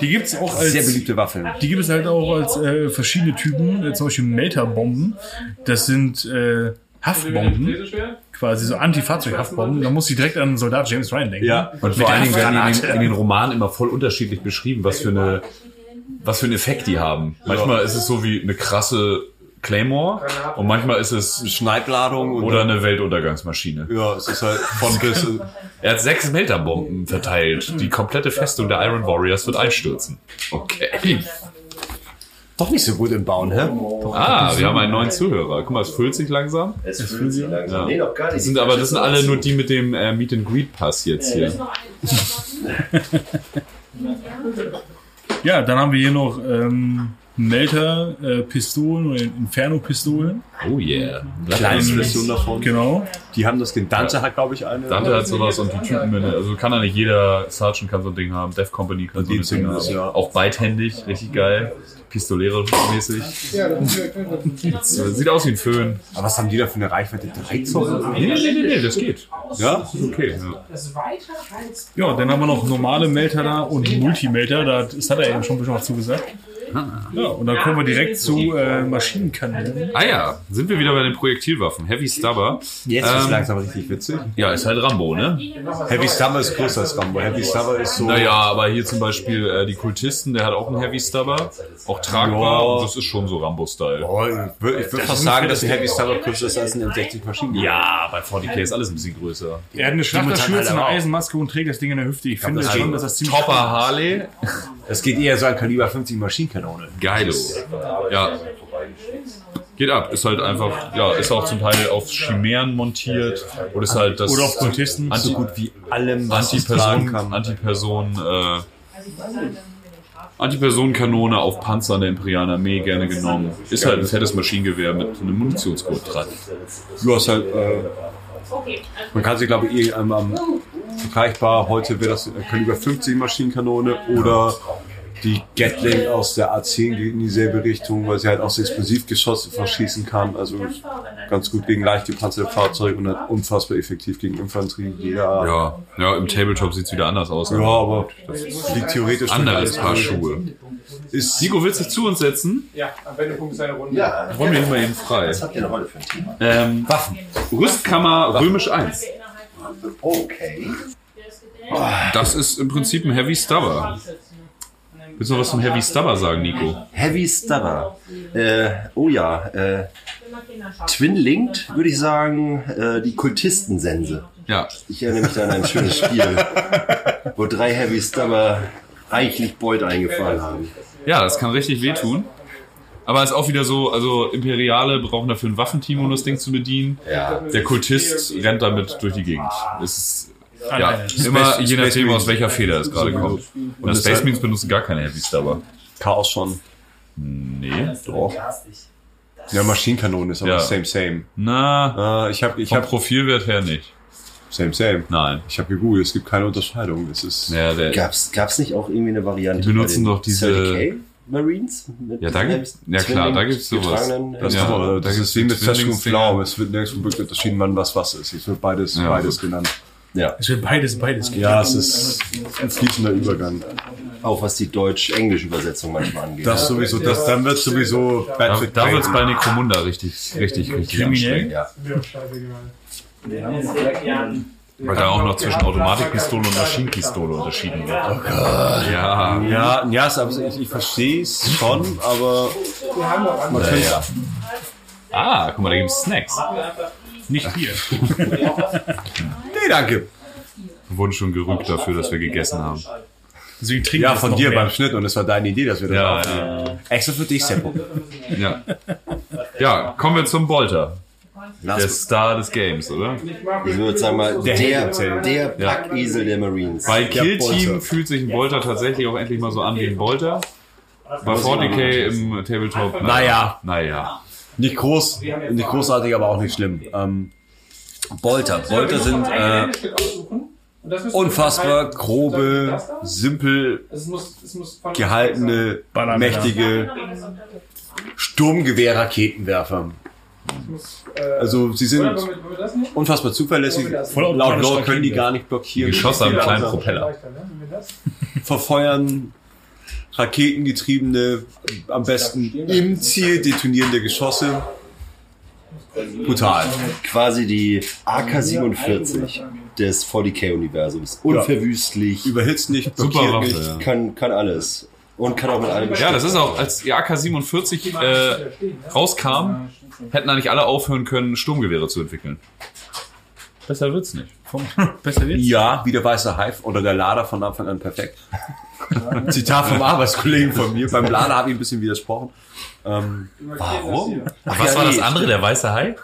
Die gibt's auch als
sehr beliebte Waffe.
Die gibt es halt auch als äh, verschiedene Typen, äh, zum Beispiel Melterbomben. Das sind äh, Haftbomben, quasi so Anti-Fahrzeug-Haftbomben. Da muss ich direkt an Soldat James Ryan denken.
Ja,
Und
Mit
vor allen Dingen
der
werden die in
Granate.
den, in den Romanen immer voll unterschiedlich beschrieben, was für eine, was für einen Effekt die haben. Manchmal ist es so wie eine krasse Claymore und manchmal ist es
Schneidladung und
oder eine Weltuntergangsmaschine.
ja, es ist halt
Von bis. Er hat sechs Melterbomben verteilt. Die komplette Festung der Iron Warriors wird einstürzen. Okay.
doch nicht so gut im Bauen, hä?
Ah, wir haben einen neuen Zuhörer. Guck mal, es füllt sich langsam.
Es fühlt sich langsam.
Ja.
Nee, noch gar nicht.
Das sind aber das sind alle nur die mit dem äh, Meet and Greet Pass
Äh,
jetzt hier.
ja, dann haben wir hier noch ähm, Melter-Pistolen oder Inferno-Pistolen.
Oh yeah.
Kleine Version davon.
Genau.
Die haben das, den Dante hat glaube ich eine.
Dante hat sowas und die Typen, wenn er- also kann ja nicht jeder Sergeant kann so ein Ding haben, Death Company
Also
kann so ein
Die
Ding haben.
zumindest, ja.
Auch beidhändig, richtig geil. Pistolere mäßig. Also
Ja, dann das
Sieht aus wie ein Föhn.
Aber was haben die da für eine Reichweite? 3 Zoll?
Nee, nee, nee, nee, nee, das geht.
Ja?
Ist okay. Ja.
ist weiter als.
Ja, dann haben wir noch normale Melter da und Multimelter. Da, das hat er eben schon ein bisschen was zugesagt. Ja, und dann kommen wir direkt zu äh, Maschinenkanälen.
Ah ja, sind wir wieder bei den Projektilwaffen. Heavy Stubber.
Jetzt ist
Ähm,
es langsam richtig witzig.
Ja, ist halt Rambo, ne?
Heavy Summer ist größer als Rambo. Heavy Summer ist so.
Naja, aber hier zum Beispiel äh, die Kultisten, der hat auch einen Heavy Stubber, auch tragbar.
Ja.
Und das ist schon so Rambo-Style.
Oh, ich würde
Äh,
würd fast sagen, dass ein Heavy Summer größer ist als ein M60 Maschinen.
Ja, bei 40k ist alles ein bisschen größer.
Er hat eine Schlachterschürze,
aber
eine
auch.
Eisenmaske und trägt das Ding in der Hüfte. Ich finde
das
schon,
geht.
dass das ziemlich
Topper Harley,
Es geht eher so an Kaliber 50 Maschinenkanone.
geilo. Ja. Geht ab. Ist halt einfach, ja, ist auch zum Teil auf Chimären montiert. Oder ist halt das
Oder auf Kultisten.
Anti-
So gut wie allem, was ich tragen
Antiperson,
kann.
Antiperson, äh, Antipersonenkanone auf Panzer der imperialen Armee gerne genommen. Ist halt ein fettes Maschinengewehr mit einem Munitionsgurt dran.
Du hast halt, äh, man kann sich, glaube ich, eh am, am vergleichbar, heute wäre das äh, Kaliber 50 Maschinenkanone oder die Gatling aus der A10 geht in dieselbe Richtung, weil sie halt aus Explosivgeschosse verschießen kann. Also ganz gut gegen leicht gepanzerte Fahrzeuge und halt unfassbar effektiv gegen Infanterie jeder Art.
Ja, ja, im Tabletop sieht's wieder anders aus.
Ja, aber das liegt theoretisch schon
Anderes
alles
Paar
drin.
Schuhe.
Ist
Nico, willst du dich zu uns setzen?
Ja, am Wendepunkt ist eine Runde.
Ja,
Räum dir mal eben frei.
was habt ihr denn heute für ein Thema?
Ähm, Waffen. Rüstkammer römisch 1.
Okay.
Das ist im Prinzip ein Heavy Stubber. Willst du noch was zum Heavy Stubber sagen, Nico?
Heavy Stubber. Äh, oh ja, äh, Twin-Linked würde ich sagen, äh, die Kultistensense.
Ja.
Ich erinnere mich da an ein schönes Spiel, wo drei Heavy Stubber reichlich Beute eingefahren haben.
Ja, das kann richtig wehtun. Aber ist auch wieder so, also Imperiale brauchen dafür ein Waffenteam, um das Ding zu bedienen.
Ja.
Der Kultist rennt damit durch die Gegend. Es ist, ja,
Alleine.
immer
Space-
je
Space
nachdem,
Marines.
aus welcher Feder es gerade kommt. Und das Space Marines benutzen gar keine Heavy Stubber.
Chaos schon.
Nee,
Doch. Ja, Maschinenkanone ist aber
Ja. Ah,
same, same.
Na,
Äh, ich habe, ich
vom
habe
Profilwert her nicht.
same, same.
Nein.
Ich habe gegoogelt, es gibt keine Unterscheidung. Es ist
Ja, der,
Gab's, gab's nicht auch irgendwie eine Variante?
Die benutzen
bei den
doch diese-
30K Marines? Mit
Ja, da
diesen
gibt's- ja klar, da gibt's sowas.
getragenen, äh,
das,
Ja,
ist, doch-
das
das
ist
ist wie mit
Zwillings-
Fleisch und Pflaumen. Es wird nirgendwo wirklich unterschieden, wann was was ist. Es wird beides,
Ja.
beides genannt.
Ja.
Es wird beides, beides geben.
Ja, es ist ein fließender Übergang.
Auch was die deutsch-englische Übersetzung manchmal angeht.
Das sowieso, das, dann wird sowieso
Da,
Patrick
da wird's
Bateman.
bei Necromunda richtig, richtig, richtig
Kriminell?
anstrengend.
ja.
Weil da auch noch zwischen Automatikpistole und Maschinenpistole unterschieden wird. Oh Gott. Ja.
Ja, ja, es- aber ich, ich verstehe es schon, aber man könnte es
Ah, guck mal, da gibt's Snacks.
Nicht Bier.
Nee, danke.
Wir wurden schon gerügt dafür, dass wir gegessen haben.
Deswegen trinken
Ja,
wir
von
noch
dir
mehr.
beim Schnitt und es war deine Idee, dass wir das
Ja,
aufnehmen.
ja,
Extra für dich, Seppo.
ja. Ja, kommen wir zum Bolter. Der
Lass,
Star des Games, oder?
ich würde sagen mal, der, der,
Heldenzähler.
Packesel der Marines.
Bei Kill
Bolter.
Team fühlt sich ein Bolter tatsächlich auch endlich mal so an wie ein Bolter. Bei 40k im Tabletop.
Naja.
Naja.
Nicht groß, nicht großartig, aber auch nicht schlimm. Ähm, Bolter. Bolter sind äh, unfassbar grobe, simpel gehaltene,
Ballern,
mächtige Sturmgewehr-Raketenwerfer.
äh,
Also sie sind unfassbar zuverlässig.
Voll
Laut Lore können die gar nicht blockieren. Also
Geschosse am kleinen Propeller.
ne?
verfeuern raketengetriebene, am besten im Ziel detonierende Geschosse. Brutal.
Quasi die AK-47 des 40k-Universums. Unverwüstlich,
Überhitzt nicht,
Super
blockiert nicht.
Waffe, ja.
kann, kann alles. Und kann auch mit allem
Ja, das ist auch, als die AK-47 äh,
ne?
rauskam, hätten eigentlich alle aufhören können, Sturmgewehre zu entwickeln. Besser wird's nicht.
Besser wird's.
Ja, wie der weiße Hive oder der Lader von Anfang an perfekt. Zitat vom Arbeitskollegen von mir. Beim Lader habe ich ein bisschen widersprochen. Ähm,
Warum? Was war das andere, der weiße Hai?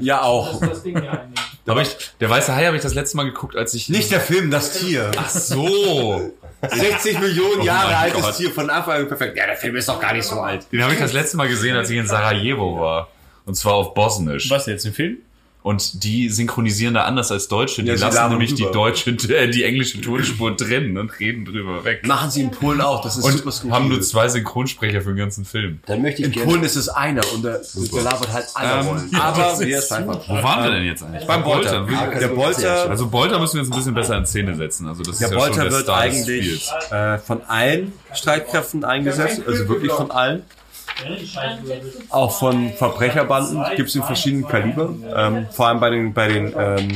ja, auch.
Hab ich, der weiße Hai habe ich das letzte Mal geguckt, als ich.
Nicht der Film, das Tier.
Ach so!
60 Millionen Jahre
mein
altes
Gott.
Tier von Anfang an perfekt. Ja, der Film ist doch gar nicht so alt.
Den habe ich das letzte Mal gesehen, als ich in Sarajevo war. Und zwar auf Bosnisch.
Was jetzt, den Film?
Und die synchronisieren da anders als Deutsche. Die
Ja, sie
lassen
labern
nämlich die
drüber.
deutsche, äh, die englische Tonspur drin und reden drüber weg.
Machen sie in Polen auch, das ist super
Und
skurril.
haben nur zwei Synchronsprecher für den ganzen Film.
Dann möchte ich
In
gerne
Polen ist es einer und der, der labert halt alle
Ähm,
Rollen.
ja,
Aber
das
wir ist einfach.
Wo waren wir denn jetzt eigentlich?
Beim Bolter.
Ah,
Der Bolter,
Also Bolter müssen wir jetzt ein bisschen besser in Szene setzen. Also das
der
ist ja schon
Äh, Bolter
der
wird
Star des
eigentlich
Spiels.
äh, von allen Streitkräften eingesetzt, also wirklich von allen. Auch von Verbrecherbanden gibt es in verschiedenen Kaliber. Ähm, vor allem bei den, bei den ähm,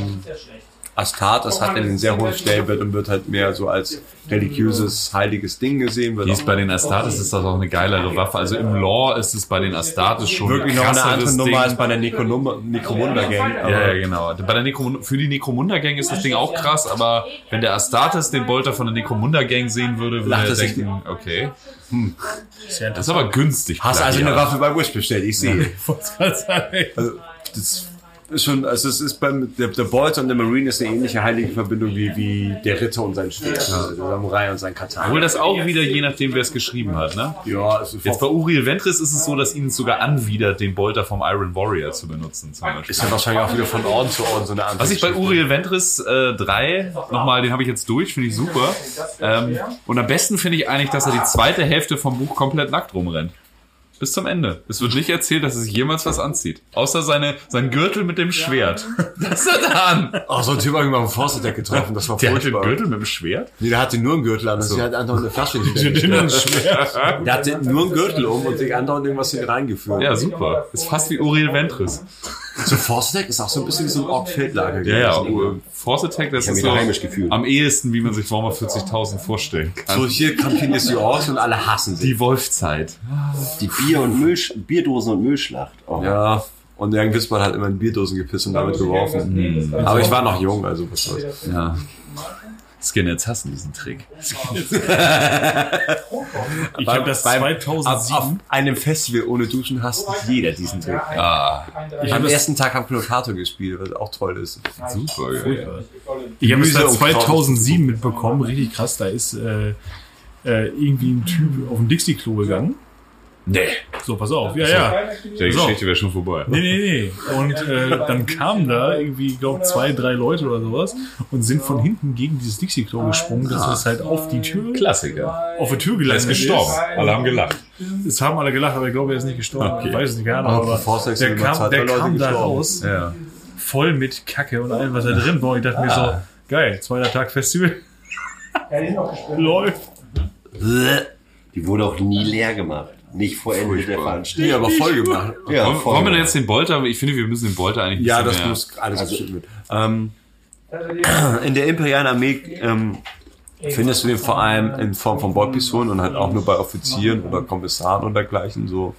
Astat, das hat einen sehr hohen Stellwert und wird halt mehr so als religiöses, heiliges Ding gesehen. Wird
Die
auch
ist bei den Astartes ist das auch eine geilere Waffe. Also im Lore ist es bei den Astartes schon
wirklich
ein
noch eine andere
krasseres
Nummer als
Ding.
bei der Necromunda-Gang.
Ja, ja, genau. Bei der Necromunda, für die Necromunda-Gang ist das Ding auch krass, aber wenn der Astartes den Bolter von der Necromunda-Gang sehen würde, würde
Lacht
er
er sich
denken, okay. Hm. Das ist aber günstig.
Hast also eine
Gladiator.
Waffe bei Wish bestellt, ich sehe.
Wollt's grad sagen.
Also, das ist schon, also es ist beim, der, der Bolter und der Marine ist eine ähnliche heilige Verbindung wie, wie der Ritter und sein Schwert, also der Samurai und sein Katan.
Obwohl das auch wieder je nachdem, wer es geschrieben hat, ne?
ja, also
Jetzt bei
vor,
Uriel Ventris ist es so, dass ihnen es sogar anwidert, den Bolter vom Iron Warrior zu benutzen, zum Beispiel.
ist ja wahrscheinlich auch wieder von Orden zu Orden so eine Antwort.
Was ich bei Uriel Ventris äh, 3, nochmal, den habe ich jetzt durch, finde ich super. Ähm, und am besten finde ich eigentlich, dass er die zweite Hälfte vom Buch komplett nackt rumrennt. Bis zum Ende. Es wird nicht erzählt, dass er sich jemals was anzieht. Außer seine, sein Gürtel mit dem Schwert. Das hat er an.
Oh, so ein Typ hat irgendwann auf dem Forster getroffen, das war
Der hat den
furchtbar.
Gürtel mit dem Schwert?
Nee, der hatte nur einen Gürtel an, also der hat einfach eine Flasche hingestellt. Der hatte nur einen Gürtel um und sich andauernd irgendwas hier reingeführt.
Ja, super. Ist fast wie Uriel Ventris.
so Forster ist auch so ein bisschen wie so ein Ork-Feldlager.
Ja, ja.
gewesen.
Ur- Force Attack, das
Ich hab
ist
mich
so
heimisch gefühlt.
am ehesten, wie man sich Warhammer 40.000 vorstellen kann.
So hier Campin des Jahres und alle hassen sie.
Die Wolfzeit.
die Bier- und Müll, Bierdosen- und Müllschlacht. Oh.
Ja, und Jan Gisbert hat halt immer in Bierdosen gepisst und damit geworfen. Aber ich war noch jung, also was soll's.
Mhm. Ja. Skinheads hassen diesen Trick.
Ich habe das 2007.
einem Festival ohne Duschen hasst nicht jeder diesen Trick.
Ah,
Ich
Am
habe das,
ersten Tag haben Kinokato gespielt, was auch toll ist.
super. geil.
ich hab das
Gemüse
seit
und
2007 mitbekommen. Richtig krass. Da ist äh, äh, irgendwie ein Typ auf ein Dixie-Klo gegangen.
Nee.
So, pass auf. Ja, ja.
Die
So.
Geschichte wäre schon vorbei.
Nee, nee, nee. Und äh, dann kamen da irgendwie, glaube zwei, drei Leute oder sowas und sind von hinten gegen dieses Dixie-Klo gesprungen, dass das halt auf die Tür,
Klassiker.
auf die Tür
Er
gelandet
ist gestorben. Alle haben gelacht.
Es haben alle gelacht, aber ich glaube, er ist nicht gestorben. Ich weiß es nicht, keine Ahnung.
Aber
Aber
Forsyth
der
sind immer
kam,
zwei,
der
drei Leute
kam da
gestorben.
raus,
Ja.
voll mit Kacke und allem, was da drin war. Ich dachte mir so, Geil, zweiter Tag Festival. Läuft.
Die wurde auch nie leer gemacht. Nicht vor Ende der Veranstaltung.
Ja, aber voll gemacht. Ja,
wollen, wollen
voll
wir
gemacht.
denn jetzt den Bolter? Ich finde, wir müssen den Bolter eigentlich. ein
Ja,
bisschen
das
mehr-
muss alles bestimmt mit. Ähm, in der imperialen Armee ähm, findest du den vor allem in Form von Bordpistolen und halt auch nur bei Offizieren oder Kommissaren und dergleichen so.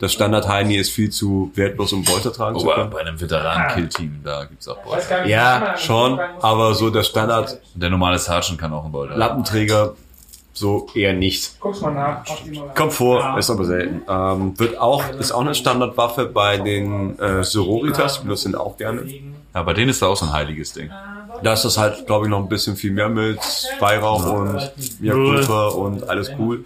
Das standard heini ist viel zu wertlos, um Bolter tragen zu
Aber
können.
bei einem Veteranen-Kill-Team, da gibt's auch Bolter.
Ja, schon, aber so der Standard
Der normale Sergeant kann auch einen Bolter. haben.
Lappenträger so eher nicht.
Guck's mal nach. mach die mal nach.
Kommt vor, ist aber selten. Ähm, wird auch, ist auch eine Standardwaffe bei den äh, Sororitas, die benutzen auch gerne.
Ja, bei denen ist da auch so ein heiliges Ding.
Da ist das halt, glaube ich, noch ein bisschen viel mehr mit Weihrauch und Yakuza und alles cool.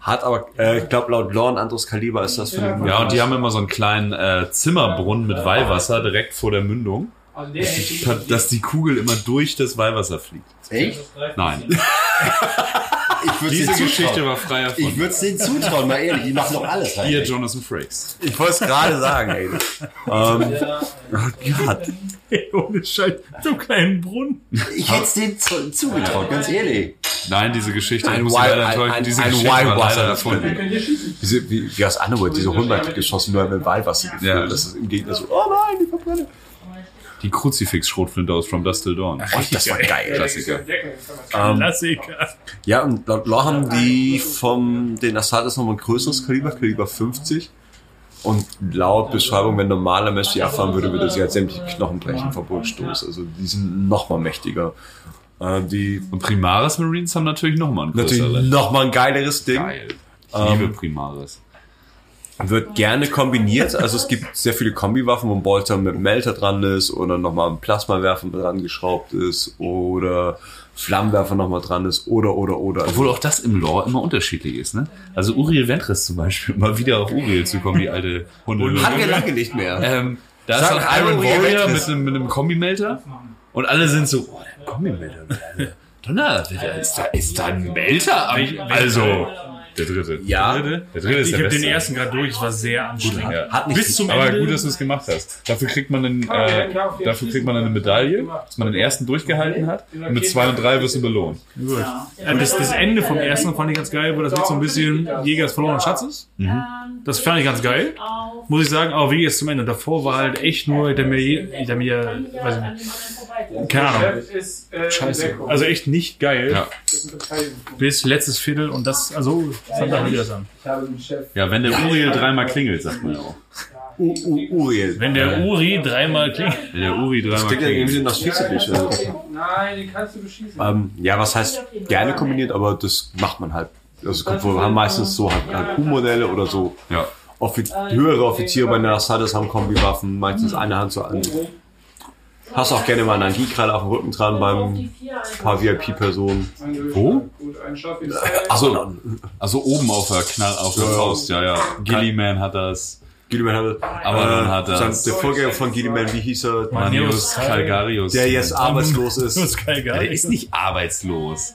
Hat aber, äh, ich glaube, laut Lore ein anderes Kaliber ist das für den
Ja, und die haben immer so einen kleinen äh, Zimmerbrunnen mit Weihwasser direkt vor der Mündung,
Also der hätte
dass- dass die Kugel immer durch das Weihwasser fliegt.
Echt?
Nein,
Ich würde
diese
es
Geschichte
zutrauen.
war freier
Ich
von
würde es denen zutrauen, mal ehrlich. Die machen doch alles halt. rein.
hier Jonathan Frakes.
Ich wollte es gerade sagen, ey. ähm,
Ey, ohne Scheiß. So kleinen Brunnen.
Ich hätte es denen zu, zugetraut, ganz ehrlich.
Nein, diese Geschichte, ich
Ein
muss Sie
Why-
leider
ein-
enttäuschen,
ein-
diese
ein
Geschichte
Why
war
Wasser
leider
das
davon.
Problem. diese, wie, wie aus Underworld, diese Hunde hat geschossen, nur mit Weihwasser gefüllt.
Ja.
Das ist im Gegner so, oh nein, die Verbrenne.
Die Kruzifix-Schrotflinte aus From Dust Till Dawn.
Oh, das war geil.
Klassiker.
Ähm.
Klassiker.
Ja, und laut Lore haben die vom den Assault noch mal ein größeres Kaliber, Kaliber 50. Und laut Beschreibung, wenn ein normaler Mensch die erfahren würde, würde sie halt sämtliche Knochenbrechen vom Rückstoß. Also die sind noch mal mächtiger. Äh, die
Und Primaris Marines haben natürlich nochmal einen
natürlich
größeren.
noch mal ein geileres Ding.
ne? Geil. Ich
Ähm,
liebe Primaris.
Wird gerne kombiniert. Also es gibt sehr viele Kombiwaffen, wo ein Bolter mit einem Melter dran ist oder nochmal ein Plasmawerfer dran geschraubt ist oder Flammenwerfer nochmal dran ist oder oder oder. Also,
Obwohl auch das im Lore immer unterschiedlich ist, ne? Also Uriel Ventress zum Beispiel, mal wieder auf Uriel zu kommen, die alte Hunde.
Haben wir lange nicht mehr.
Ähm, da ist
Sag
auch Iron
Uriel
Warrior mit
Ventress.
einem, mit einem Kombi-Melter und alle sind so, oh, der Kombi-Melter. Alter. Donner, Alter, ist da, ist da ein Melter? am- Also, der dritte.
Ja.
Der dritte ist
Ich
der
habe den
Beste.
ersten gerade durch, es war sehr anstrengend.
Ja.
Hat nicht
Bis zum
Aber
Ende.
gut, dass du es gemacht hast. Dafür kriegt man einen, äh, dafür kriegt man eine Medaille, dass man den ersten durchgehalten hat. Und mit zwei und drei wirst du belohnt.
Gut. Äh, Das, das Ende vom ersten fand ich ganz geil, wo das mit so ein bisschen Jägers verlorener Schatz ist. Das fand ich ganz geil. Muss ich sagen, aber wie jetzt zum Ende. Davor war halt echt nur, ich hab mir, je- ich hab mir, weiß ich nicht, keine Ahnung.
äh,
Scheiße. Also echt nicht geil.
Ja.
Bis letztes Viertel und das, also, fand ich wieder an.
Ich habe den Chef.
Ja, wenn der Uriel dreimal klingelt, sagt man ja auch.
U U Uriel.
Wenn der Uri dreimal klingelt.
Wenn der Uri
Das
dreimal
klingt ja
klingelt.
irgendwie nach Spitzenbildschirm.
Nein, den kannst du beschießen.
Ähm, ja, was heißt gerne kombiniert, aber das macht man halt. Also kommt, wohl- wir haben meistens so halt, halt U-Modelle oder so.
Ja.
Offi höhere Offiziere bei den Assadas haben Kombiwaffen, meistens eine Hand zur anderen. Hast auch gerne mal einen Angikral auf dem Rücken dran beim paar VIP-Personen.
Wo?
Gut, ein Schaf in
Achso,
Also oben auf der Knall, auf der
Ja.
Faust, ja, ja. Gilliman hat das.
Gilliman hat,
Aber dann hat er-
sein- Äh, Der Vorgänger von Gilliman, wie hieß er?
Manius
Manius
Calgarius.
Der jetzt arbeitslos
Das
ist.
ist geil,
Ja,
geil.
der ist nicht arbeitslos.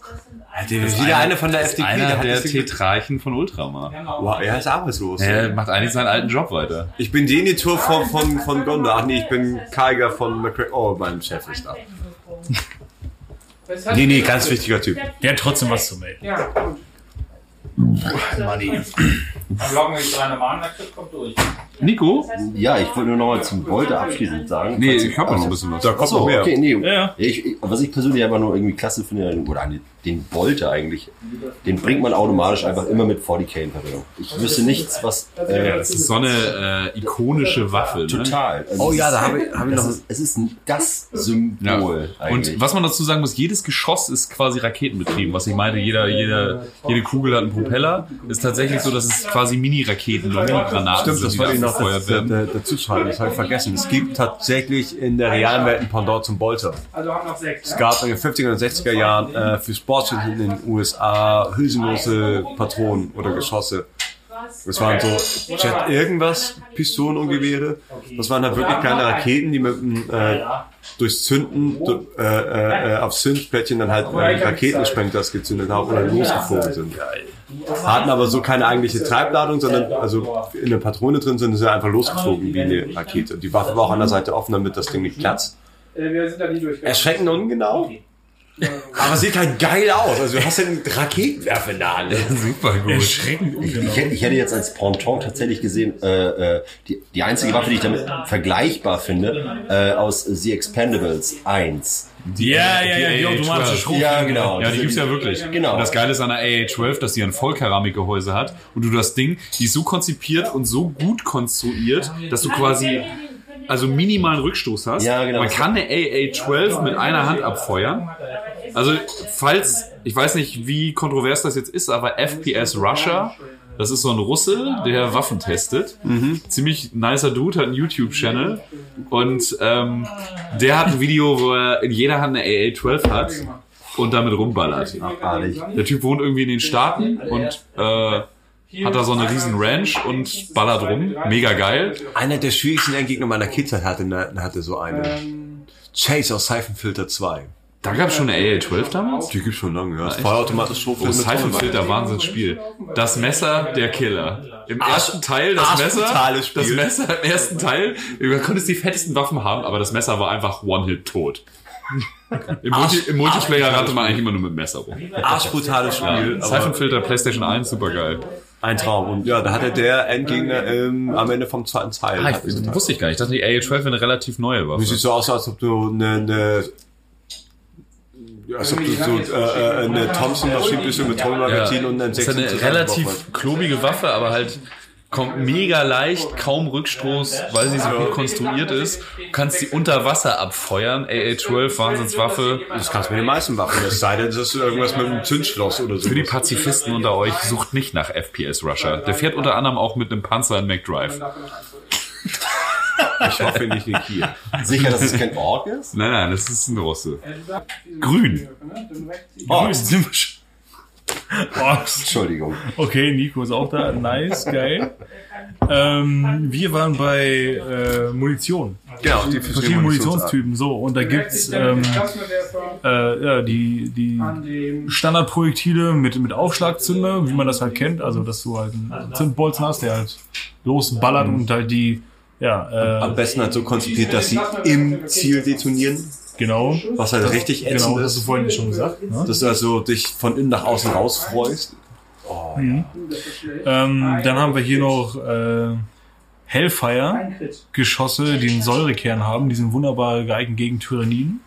Wieder einer von der FDP,
Einer
der
der,
hat das Ding-
Tetrarchen von Ultramar.
genau.
Wow, er ist arbeitslos.
Er macht eigentlich seinen alten Job weiter.
Ich bin Denitor von, von, von Gondor. Ach nee, ich bin Kaiger von McCrae. Oh, mein Chef ist da. Nee, nee, ganz wichtiger Typ.
Der hat trotzdem was zu melden.
Ja, gut.
Dann loggen wir die drei nochmal an, der Chris kommt durch.
Nico?
Ja, ich wollte nur noch mal zum Bolte abschließend sagen.
Nee, ich hab noch ein bisschen was.
Da kommt
Achso,
noch mehr.
okay, nee.
Ja, ja.
Ich, ich, was ich persönlich einfach nur irgendwie klasse finde, oder an den- den Bolte eigentlich, den bringt man automatisch einfach immer mit 40k in Verbindung. Ich wüsste nichts, was... Äh,
Das ist so eine äh, ikonische Waffe. Ne?
total. Also
Oh
es
ja,
ist-
da habe ich, hab ich
das
noch.
ist, es ist ein- das
Ja.
Symbol eigentlich.
Und was man dazu sagen muss, jedes Geschoss ist quasi raketenbetrieben. Was ich meinte, jeder, jeder, jede Kugel hat einen Propeller. Ist tatsächlich so, dass es quasi Mini-Raketen und Mini-Granaten
Stimmt,
sind,
das
die
wollte ich
da
noch
gefeuert werden.
dazu schreiben. Das habe ich vergessen. Es gibt tatsächlich in der realen Welt ein Pendant zum Bolter.
Also haben noch sechs.
Es gab in den 50er und 60er Jahren äh, für Sportschützen in den USA hülsenlose Patronen oder Geschosse. Das waren so Jet irgendwas, Pistolen und Gewehre. Das waren halt wirklich kleine Raketen, die mit dem, äh, durchs Zünden du, äh, äh, äh, auf Zündplättchen dann halt äh, Raketensprenggas gezündet haben oder losgeflogen sind. Hatten aber so keine eigentliche Treibladung, sondern also in der Patrone drin sind, sind sie einfach losgeflogen wie eine Rakete. Die Waffe war auch an der Seite offen, damit das Ding nicht platzt.
Äh, wir sind da nie durchgegangen.
Erschreckend ungenau. Aber sieht halt geil aus. Also du hast ja einen Raketenwerfer in der Hand.
Super gut.
Erschreckend ungenau.
Ich hätte, ich hätte jetzt als Ponton tatsächlich gesehen, äh, äh, die, die einzige Waffe, die ich damit vergleichbar finde, äh, aus The Expendables 1.
Ja, ja, ja, die
AA-12.
automatische Schrot.
Ja, genau.
Ja, die gibt's ja wirklich.
Genau.
Und das Geile ist an der AA-12, dass die ein Vollkeramikgehäuse hat und du das Ding, die ist so konzipiert und so gut konstruiert, dass du quasi also minimalen Rückstoß hast.
Ja, genau.
Man kann eine AA-12 mit einer Hand abfeuern. Also falls, ich weiß nicht, wie kontrovers das jetzt ist, aber FPS Russia, das ist so ein Russe, der Waffen testet.
Mhm.
Ziemlich nicer Dude, hat einen YouTube-Channel. Und ähm, der hat ein Video, wo er in jeder Hand eine AA-12 hat und damit rumballert.
Abartig.
Der Typ wohnt irgendwie in den Staaten und äh, hat da so eine riesen Ranch und ballert rum. Mega geil.
Einer der schwierigsten Endgegner meiner Kindheit hatte, ne, hatte so einen. Chase aus Seifenfilter 2.
Da gab es schon eine AA-12 damals?
Die gibt's schon lange, ja. Das vollautomatische
Oh,
Schrotflinte.
Seifenfilter, Wahnsinnsspiel. Das Messer, der Killer. Im ersten Teil das Messer,
arschbrutales Spiel.
das Messer im ersten Teil. Du konntest die fettesten Waffen haben, aber das Messer war einfach One-Hit tot. Im, Multi Im Multiplayer rannte man eigentlich immer nur mit dem Messer rum.
Arschbrutales Spiel. aber
Seifenfilter, Playstation 1, super geil.
Ein Traum. Und ja, da hatte der Endgegner ähm, am Ende vom zweiten Teil.
Ah,
hat er
ich,
gesagt.
wusste ich gar nicht. Ich dachte, die AA-12 wäre eine relativ neue
Du
Waffe.
siehst so aus, als ob du eine, eine ja, als ob du so äh, äh, eine Thompson Maschinenpistole mit Tommelmagazin und einen
Das ist
16
eine relativ klobige Waffe, aber halt kommt mega leicht, kaum Rückstoß, weil sie so gut konstruiert ist. Du kannst sie unter Wasser abfeuern. AA-12, Wahnsinnswaffe.
Das kannst du mit den meisten Waffen. Es sei denn, das ist irgendwas mit einem Zündschloss oder so.
Für die Pazifisten unter euch, sucht nicht nach FPS Rusher. Der fährt unter anderem auch mit einem Panzer in McDrive.
ich hoffe nicht eine Kiel.
Sicher, dass es kein Ork ist?
Nein, nein, das ist ein Russe. Grün.
ne?
Oh, sind wir schon- Oh,
Entschuldigung.
okay, Nico ist auch da. Nice, geil. Ähm, wir waren bei äh, Munition.
Ja, Genau, die
Verschiedene Munitionstypen. So, und da gibt's ähm, äh, ja, die, die Standardprojektile mit, mit Aufschlagzünder, wie man das halt kennt. Also, dass du halt einen Zündbolzen hast, der halt losballert und halt die, ja,
Am
äh,
besten halt so konzipiert, dass sie im Ziel detonieren,
genau.
was halt richtig ätzend
Genau, das hast du
ist.
vorhin schon gesagt. Ne?
Dass du also dich von innen nach außen rausfreust.
Ähm, dann haben wir hier noch äh, Hellfire-Geschosse, die einen Säurekern haben. Die sind wunderbar geeignet gegen Tyrannien.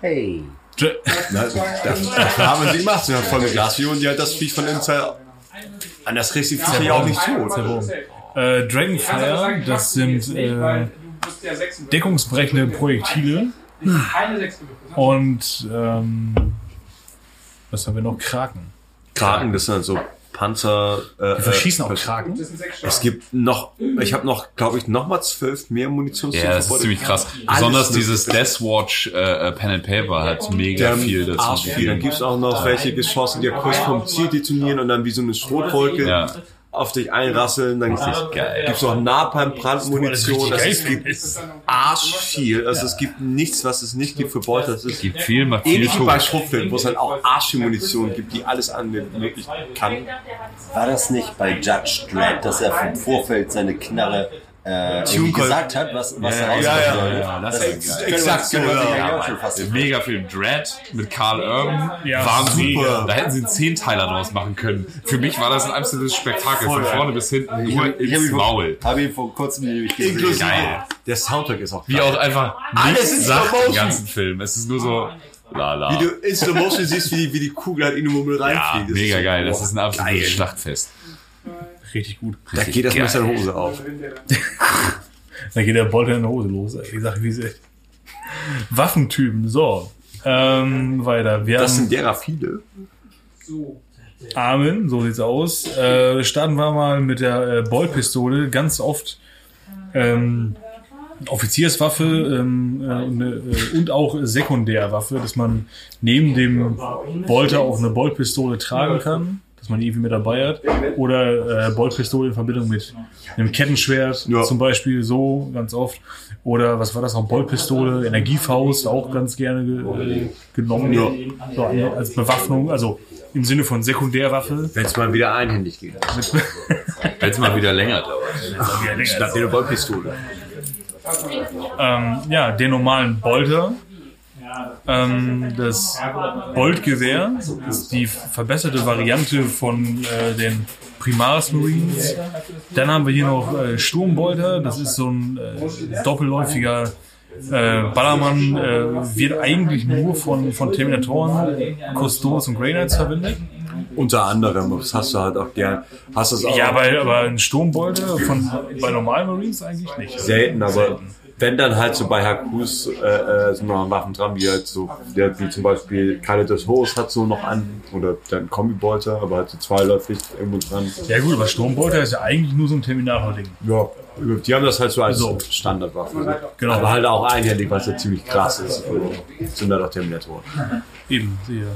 Hey.
Dr-
Na, das, das haben sie gemacht. Sie haben voll eine Glasvier und die halt das Viech von innen zer... Anders kriegst du die Viecher ja auch nicht zu.
Äh, Dragonfire, das sind äh, deckungsbrechende Projektile.
Keine sechs gewürfelt.
Oh,
Und ähm, was haben wir noch? Kraken.
Kraken, das sind halt so Panzer... Äh,
Die verschießen auch
äh,
Kraken.
Das sind sechs
Es
Schaden.
gibt noch... Ich habe noch, glaube ich, noch mal zwölf mehr Munitionstypen.
Ja, das ist
verboten.
ziemlich krass.
Alles
Besonders
mit-
dieses Deathwatch äh, äh, Pen and Paper hat mega
Der ähm,
viel dazu
Arsch viel. Dann
gegeben.
gibt's auch noch welche geschossen, die ja kurz vom Ziel detonieren und dann wie so eine Schrotwolke
Ja.
auf dich einrasseln. Dann
geil.
gibt's noch Napalm-Brandmunition. Also es gibt
ist.
arsch viel. Also es gibt nichts, was es nicht gibt für Beute. Das ist
Gibt viel, macht viel
ähnlich wie
tot.
bei Schrotflinten, wo es halt auch arsch viel Munition gibt, die alles anmöglichen kann.
War das nicht bei Judge Dredd, dass er vom Vorfeld seine Knarre äh, irgendwie
Tunecoil.
gesagt hat, was, was er
ja, ja,
soll?
ja, das ist Genau.
das
geil. Exakt genau.
können wir
so,
uns
ja.
schon fast
äh, Mega viel Dread mit Karl Urban.
Ja,
Wahnsinn.
super.
Da hätten sie einen Zehnteiler draus machen können. Für mich war das ein absolutes Spektakel. Von vorne bis hinten
Ich
nur
habe hab
ins
ihn,
Maul.
vor- hab ihn vor kurzem nämlich gesehen.
Inklusive.
Geil.
Der Soundtrack ist auch
Wie
geil.
auch einfach
Alles
nichts
in
sagt
Slow
im
Motion.
ganzen Film. Es ist nur so la la.
Wie du in Slow Motion siehst, wie die, wie die Kugel halt in den Mummel
Ja,
reinfliegt. Das
mega
so-
geil. Das
Boah.
ist ein absolutes Schlachtfest.
Richtig gut.
Da geht das Messer in die Hose auf.
Ähm,
Da geht der Bolter in der Hose los. ey. Ich sag, wie sie. Waffentypen, so. Ähm, weiter. Wir
Das
haben-
sind derer viele.
Amen, so sieht's aus. Äh, starten wir mal mit der äh, Ballpistole. Ganz oft ähm, Offizierswaffe ähm, äh, und, äh, und auch Sekundärwaffe, dass man neben dem Bolter auch eine Ballpistole tragen kann, dass man die irgendwie mit dabei hat. Oder äh, Ballpistole in Verbindung mit einem Kettenschwert
Ja.
zum Beispiel, so ganz oft. Oder was war das noch? Ballpistole, Energiefaust, auch ganz gerne ge äh, genommen.
Ja.
So, als Bewaffnung, also im Sinne von Sekundärwaffe.
Wenn es mal wieder einhändig geht.
Wenn es mal wieder länger dauert.
um Statt der Ballpistole.
Ähm, ja, den normalen Bolter. ähm, das Boltgewehr, das ist die verbesserte Variante von äh, den Primaris Marines. Dann haben wir hier noch äh, Sturmbolter, das ist so ein äh, doppelläufiger äh, Ballermann, äh, wird eigentlich nur von, von Terminatoren, Custodes und Grey Knights verwendet.
Unter anderem, das hast du halt auch gern. Hast du es auch
Ja, weil, aber ein Sturmbolter von, bei normalen Marines eigentlich nicht.
selten, aber wenn dann halt so bei Hakus äh, äh, sind noch Waffen dran, wie halt so, der, wie zum Beispiel Kalle des Horus hat so noch an, oder dann Kombibolter, aber halt so zweiläufig irgendwo dran.
Ja gut, aber Sturmbolter ist ja eigentlich nur so ein Terminator-Ding.
Ja, die haben das halt so als
So.
Standardwaffe.
Genau.
Aber halt auch einhändig, was ja ziemlich krass ist. Also, sind da doch Terminatoren.
Eben, sehe.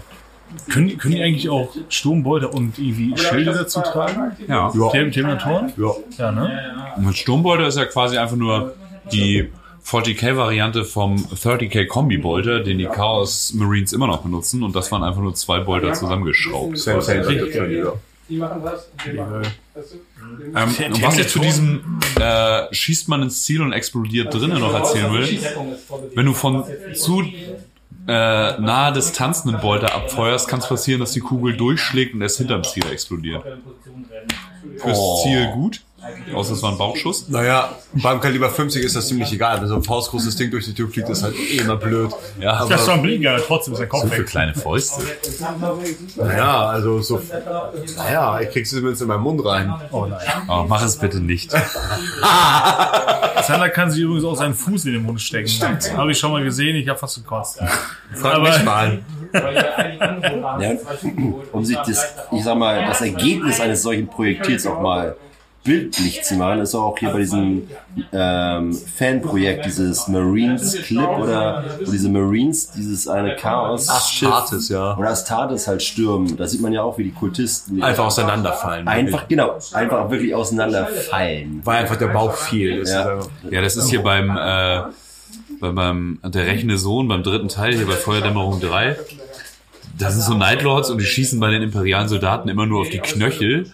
Können, die- können die eigentlich auch Sturmbolter und irgendwie Schilde dazu tragen?
Ja.
Term- Terminatoren?
Ja.
Ja, ne?
Und Sturmbolter ist ja quasi einfach nur die 40k-Variante vom 30k-Kombi-Bolter, den die Chaos Marines immer noch benutzen. Und das waren einfach nur zwei Bolter zusammengeschraubt.
Sam Sandler, ja.
Die machen das, die machen das.
Ähm, und was ich zu diesem äh, schießt man ins Ziel und explodiert drinnen noch erzählen will, wenn du von zu äh, naher Distanz einen Bolter abfeuerst, kann es passieren, dass die Kugel durchschlägt und erst hinterm Ziel explodiert. Fürs Ziel gut, außer es war ein Bauchschuss.
Naja, beim Kaliber 50 ist das ziemlich egal. Wenn so ein faustgroßes Ding durch die Tür fliegt, ist halt eh immer blöd.
Ja,
aber
Das ist doch ein Blinker, trotzdem ist der Kopf
für
weg.
kleine Fäuste.
naja, also so. Naja, ich krieg's zumindest in meinen Mund rein.
Oh nein.
Oh, mach es bitte nicht.
Sander kann sich übrigens auch seinen Fuß in den Mund stecken. Stimmt. Habe ich schon mal gesehen, ich habe fast gekotzt.
Frag
Aber-
mich mal.
Ja, um sich das, ich sag mal, das Ergebnis eines solchen Projektils auch mal bildlich zu machen, ist auch hier bei diesem ähm, Fanprojekt, dieses Marines Clip oder wo diese Marines, dieses eine Chaos-Schiff
Artes, ja.
oder Astartes halt stürmen. Da sieht man ja auch, wie die Kultisten
Einfach auseinanderfallen.
einfach genau, einfach wirklich auseinanderfallen.
Weil einfach der Bauch viel ist.
Ja.
Also,
Ja, das ist hier beim, äh, beim, beim Der rächende Sohn, beim dritten Teil, hier bei Feuerdämmerung 3. Das sind so Nightlords und die schießen bei den imperialen Soldaten immer nur auf die Knöchel,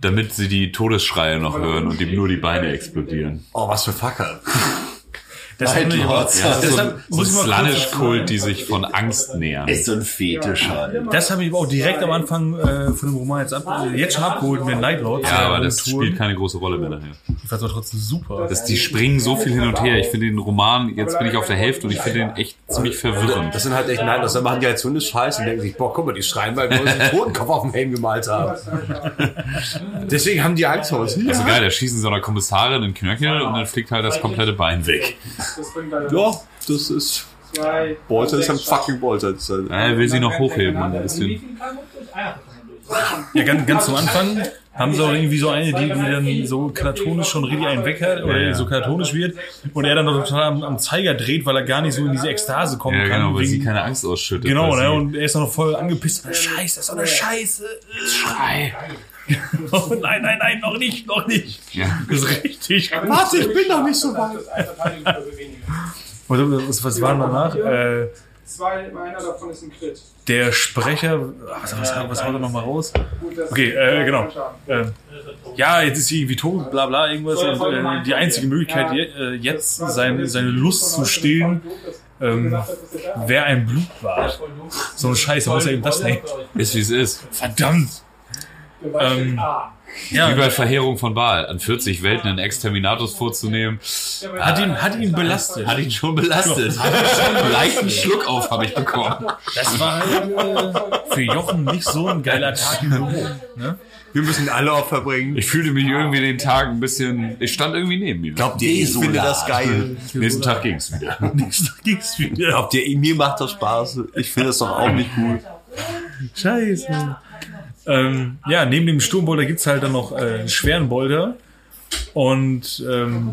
damit sie die Todesschreie noch hören und ihm nur die Beine explodieren.
Oh, was für Fackel.
Das hätte ich aber-
Lords.
Ja, das ist so ein,
Deshalb
so ein
muss ich mal kurz-
Slanish-Kult, die sich von Angst nähern.
Ist so ein Fetisch halt.
Das habe ich aber auch direkt am Anfang äh, von dem Roman jetzt, ab, jetzt schon abgeholt mit Nightlords.
Ja,
äh,
aber das
Touren.
spielt keine große Rolle mehr nachher.
Ich fand es aber trotzdem super.
Das, die springen so viel hin und her. Ich finde den Roman, jetzt bin ich auf der Hälfte und ich finde den echt ziemlich verwirrend.
Das sind halt echt nein, das machen die halt so eine Scheiße und denken sich, boah, guck mal, die schreien, weil wir uns den Totenkopf auf dem Helm gemalt haben. Deswegen haben die Angst vor uns.
Also geil, da schießen sie einer Kommissarin in den Knöchel und dann fliegt halt das komplette Bein weg.
Ja, das ist. Bolter ist ein fucking Bolter. Das ist halt-
Ja, er will sie noch
Genau,
hochheben und ein bisschen.
Ja, ganz, ganz am Anfang haben sie auch irgendwie so eine, die, die dann so katonisch schon richtig einen weg hat oder
Ja, ja.
so katonisch wird und er dann noch total am, am Zeiger dreht, weil er gar nicht so in diese Ekstase kommen
Ja,
kann.
genau, weil
wegen-
sie keine Angst ausschüttet.
genau
weil
ne?
sie-
und er ist dann noch voll angepisst. Scheiße, das ist doch eine Scheiße. Schrei. Oh, nein, nein, nein, noch nicht, noch nicht.
Ja.
Das ist richtig gut.
Ah, Warte, ich bin noch nicht so weit.
Was, was, was war denn danach? Äh,
Zwei, einer davon ist ein Crit.
der Sprecher, was, was, was haut er nochmal raus? Okay, äh, genau. Ähm, ja, jetzt ist sie irgendwie tot, bla bla, irgendwas. Und, äh, die einzige Möglichkeit, je, äh, jetzt seine, seine Lust zu stillen, ähm, wäre ein Blutbad. So eine Scheiße, was er eben das denkt.
Ist wie es ist.
Verdammt! Ähm,
ah,
Wie bei
ja,
Verheerung von Baal. An 40 Welten einen Exterminatus vorzunehmen,
hat ihn, hat ihn belastet.
hat ihn schon belastet. Einen leichten Schluck auf habe ich bekommen.
Das war halt, äh, für Jochen nicht so ein geiler Tag im Büro. Ne?
Wir müssen alle Opfer bringen.
Ich fühlte mich irgendwie den Tag ein bisschen. Ich stand irgendwie neben ihm.
Glaubt ihr, ich finde das geil.
Nächsten Tag ging es wieder.
Nächstes ging's wieder.
Glaubt ihr, mir macht das Spaß. Ich finde das doch auch nicht gut.
Scheiße. Ähm, ja, neben dem Sturmbolter gibt es halt dann noch äh, einen schweren Bolter. Und ähm,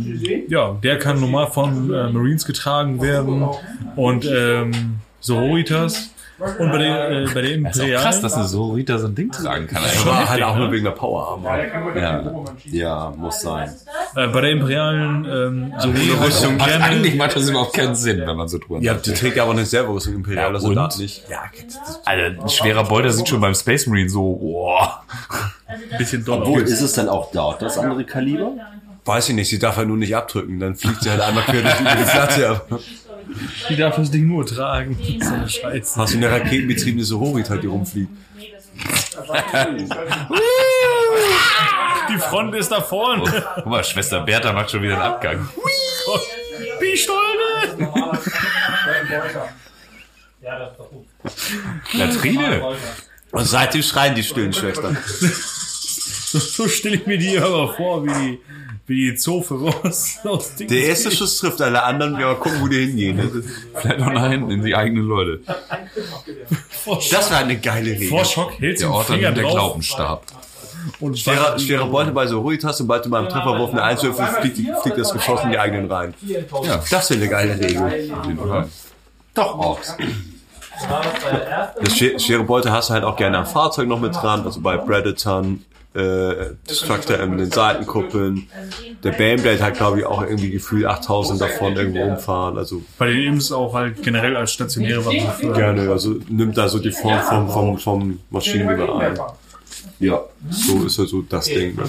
ja, der kann normal von äh, Marines getragen werden. Und ähm, Sororitas. Und bei der, äh, bei der
Ist auch krass,
Imperialen.
dass eine Sororita so ein Ding tragen kann.
Ich war halt
ne?
auch nur wegen der Power Armor.
Ja.
Ja, muss sein.
Äh, bei der Imperialen ähm, Sororitas
Hat eigentlich
gerne.
macht das überhaupt keinen Sinn, wenn man so drüber
Ja,
nachdenkt.
die trägt aber eine Servo-Rüstung
Ja,
Imperialer
und?
Soldat nicht. Ja,
Alter, Also, ein schwerer Bolter sieht schon beim Space Marine so, oh. boah.
Bisschen
Obwohl,
doll.
ist es dann auch dort das andere Kaliber?
weiß ich nicht, sie darf halt nur nicht abdrücken. Dann fliegt sie halt einmal quer durch die Platte.
Die darf das Ding nur tragen. So eine Scheiße.
Hast du eine raketenbetriebene Sorority, halt, die rumfliegt?
Die Front ist da vorne.
Oh, Guck mal, Schwester Bertha macht schon wieder einen Abgang.
Pistole!
Ja, das ist doch gut.
Latrine.
Und seitdem schreien die stillen Schwestern.
So, so stelle ich mir die aber vor, wie die, wie die Zofe raus aus Ding.
Der erste Schuss trifft alle anderen, wir mal gucken, wo die hingehen. ne? Das ist-
Vielleicht noch nach hinten in die eigenen Leute.
vor,
Das war eine geile
vor
Regel.
Schock hält sie
Der
den
Ort an
Finger
dem der
drauf
Glaubenstab.
und
Schwerer,
wandert ihn
schwerer
um.
Beute bei Sorority hast, sobald du beim Trefferwurf eine Eins würfelst, fliegt, die- fliegt das Geschoss in die eigenen Reihen. Ja, das wäre eine geile Regel.
Auf jeden Fall.
Doch auch.
äh,
Das Sche- schwere Beute hast du halt auch gerne am Fahrzeug noch mit dran, also bei Predatern, äh, Destructor in den Seitenkuppeln. Der Baneblade hat, glaube ich, auch irgendwie gefühlt 8000 davon irgendwo umfahren. Also
Bei den Imps auch halt generell als stationäre Waffe.
gerne, also nimmt da so die Form vom, vom, vom Maschinengewehr ein.
Ja.
So ist ja so das Ding. Ne?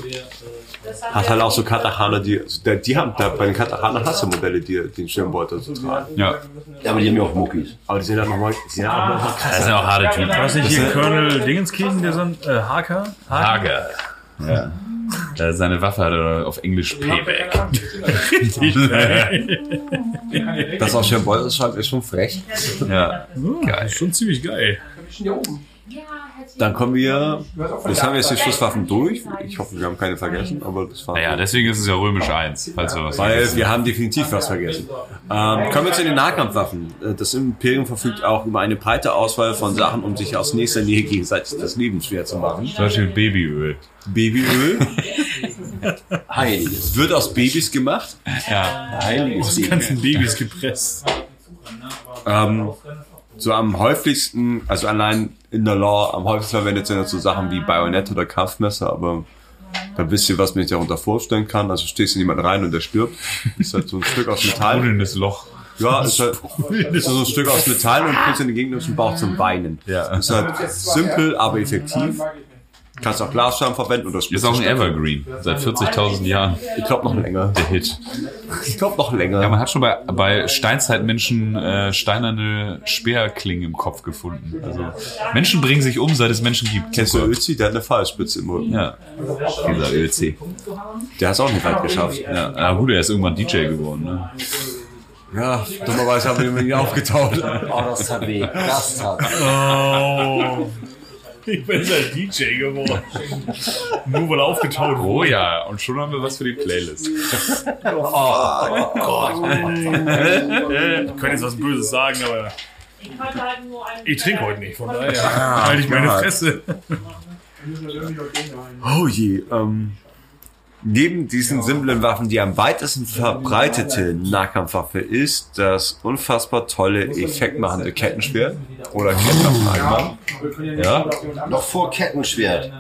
Hat halt auch so Katachana, die, also der- die haben, da, bei den Katachana hast du Modelle, die den Schirmbeutel so tragen.
Ja.
Ja, aber die haben ja auch Muckis.
Aber die sind halt nochmal, die sind halt nochmal krass.
Das sind auch harte Typen.
Weiß nicht, hier Colonel Dingenskirchen, der so ein äh, Haker?
Hager. Ja. Äh, Seine Waffe hat er auf Englisch Payback.
Das aus Schirmbeutel schreibt, ist schon frech.
Ja.
Geil. Schon ziemlich geil.
Dann kommen wir, das haben wir jetzt die Schusswaffen durch. Ich hoffe, wir haben keine vergessen, aber das war.
Naja, deswegen ist es ja römisch 1, falls wir was
Weil
vergessen.
wir haben definitiv was vergessen. Ähm, kommen wir zu den Nahkampfwaffen. Äh, Das Imperium verfügt auch über eine breite Auswahl von Sachen, um sich aus nächster Nähe gegenseitig das Leben schwer zu machen.
Zum Beispiel Babyöl.
Babyöl
Heiliges.
wird aus Babys gemacht.
Ja.
Heiliges Ding.
Ganzen Babys gepresst.
Ähm, so am häufigsten, also allein in der Lore, am häufigsten verwendet sind das so Sachen wie Bajonett oder Kampfmesser, aber da wisst ihr, was man sich darunter vorstellen kann. Also stehst du in jemanden rein und der stirbt. Ist halt so ein Stück aus Metall.
Sprudelndes Loch.
Ja, ist halt ist so ein Stück aus Metall und kriegst in den gegnerischen Bauch zum Weinen.
Ja.
Ist halt simpel, aber effektiv. Kannst auch Glasscherben verwenden oder
Ist auch ein Evergreen. Seit 40.000 Jahren.
Ich glaube noch länger.
Der Hit.
Ich glaube noch
Ja,
Ähm,
länger.
man hat schon bei, bei Steinzeitmenschen äh, steinerne Speerklingen im Kopf gefunden. Also Menschen bringen sich um, seit es Menschen gibt.
Kennst du Özi? Der hat eine Pfeilspitze im Rücken.
Ja. Dieser ÖC.
Der hat es auch nicht weit geschafft.
Ja, na gut, er ist irgendwann DJ geworden. Ne?
Ja, dummerweise haben wir ihn aufgetaut.
Oh, das hat weh. Das tat weh.
Oh. Ich bin der DJ geworden. Nur weil er aufgetaut wurde.
Oh ja, und schon haben wir was für die Playlist.
Äh, Ich könnte jetzt was Böses sagen, aber ich trinke heute nicht. Von daher
Ah,
halte ich meine
ja.
Fresse.
Oh je. Ähm, neben diesen simplen Waffen, die am weitesten verbreitete Nahkampfwaffe ist, das unfassbar tolle, effektmachende Kettenschwert oder Kettenschwert. Ja.
Noch vor Kettenschwert.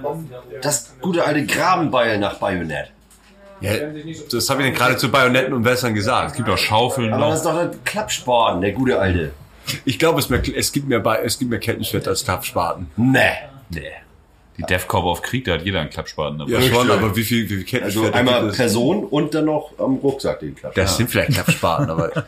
Das gute alte Grabenbeil nach Bajonett.
ja, das habe ich denn gerade zu Bajonetten und Wässern gesagt. Es gibt auch Schaufeln
Aber
noch.
das ist doch der Klappspaten, der gute alte.
Ich glaube, es, mehr, es, gibt mehr Ba- es gibt mehr Kettenschwert als Klappspaten.
Ne. Ne.
Die DevCorp auf Krieg, da hat jeder einen Klappspaten dabei.
Ja, schon, aber wie viel, wie viel
Also
Kettenschwert
einmal
gibt es?
Person und dann noch am Rucksack den Klappspaten.
Das sind vielleicht Klappspaten, aber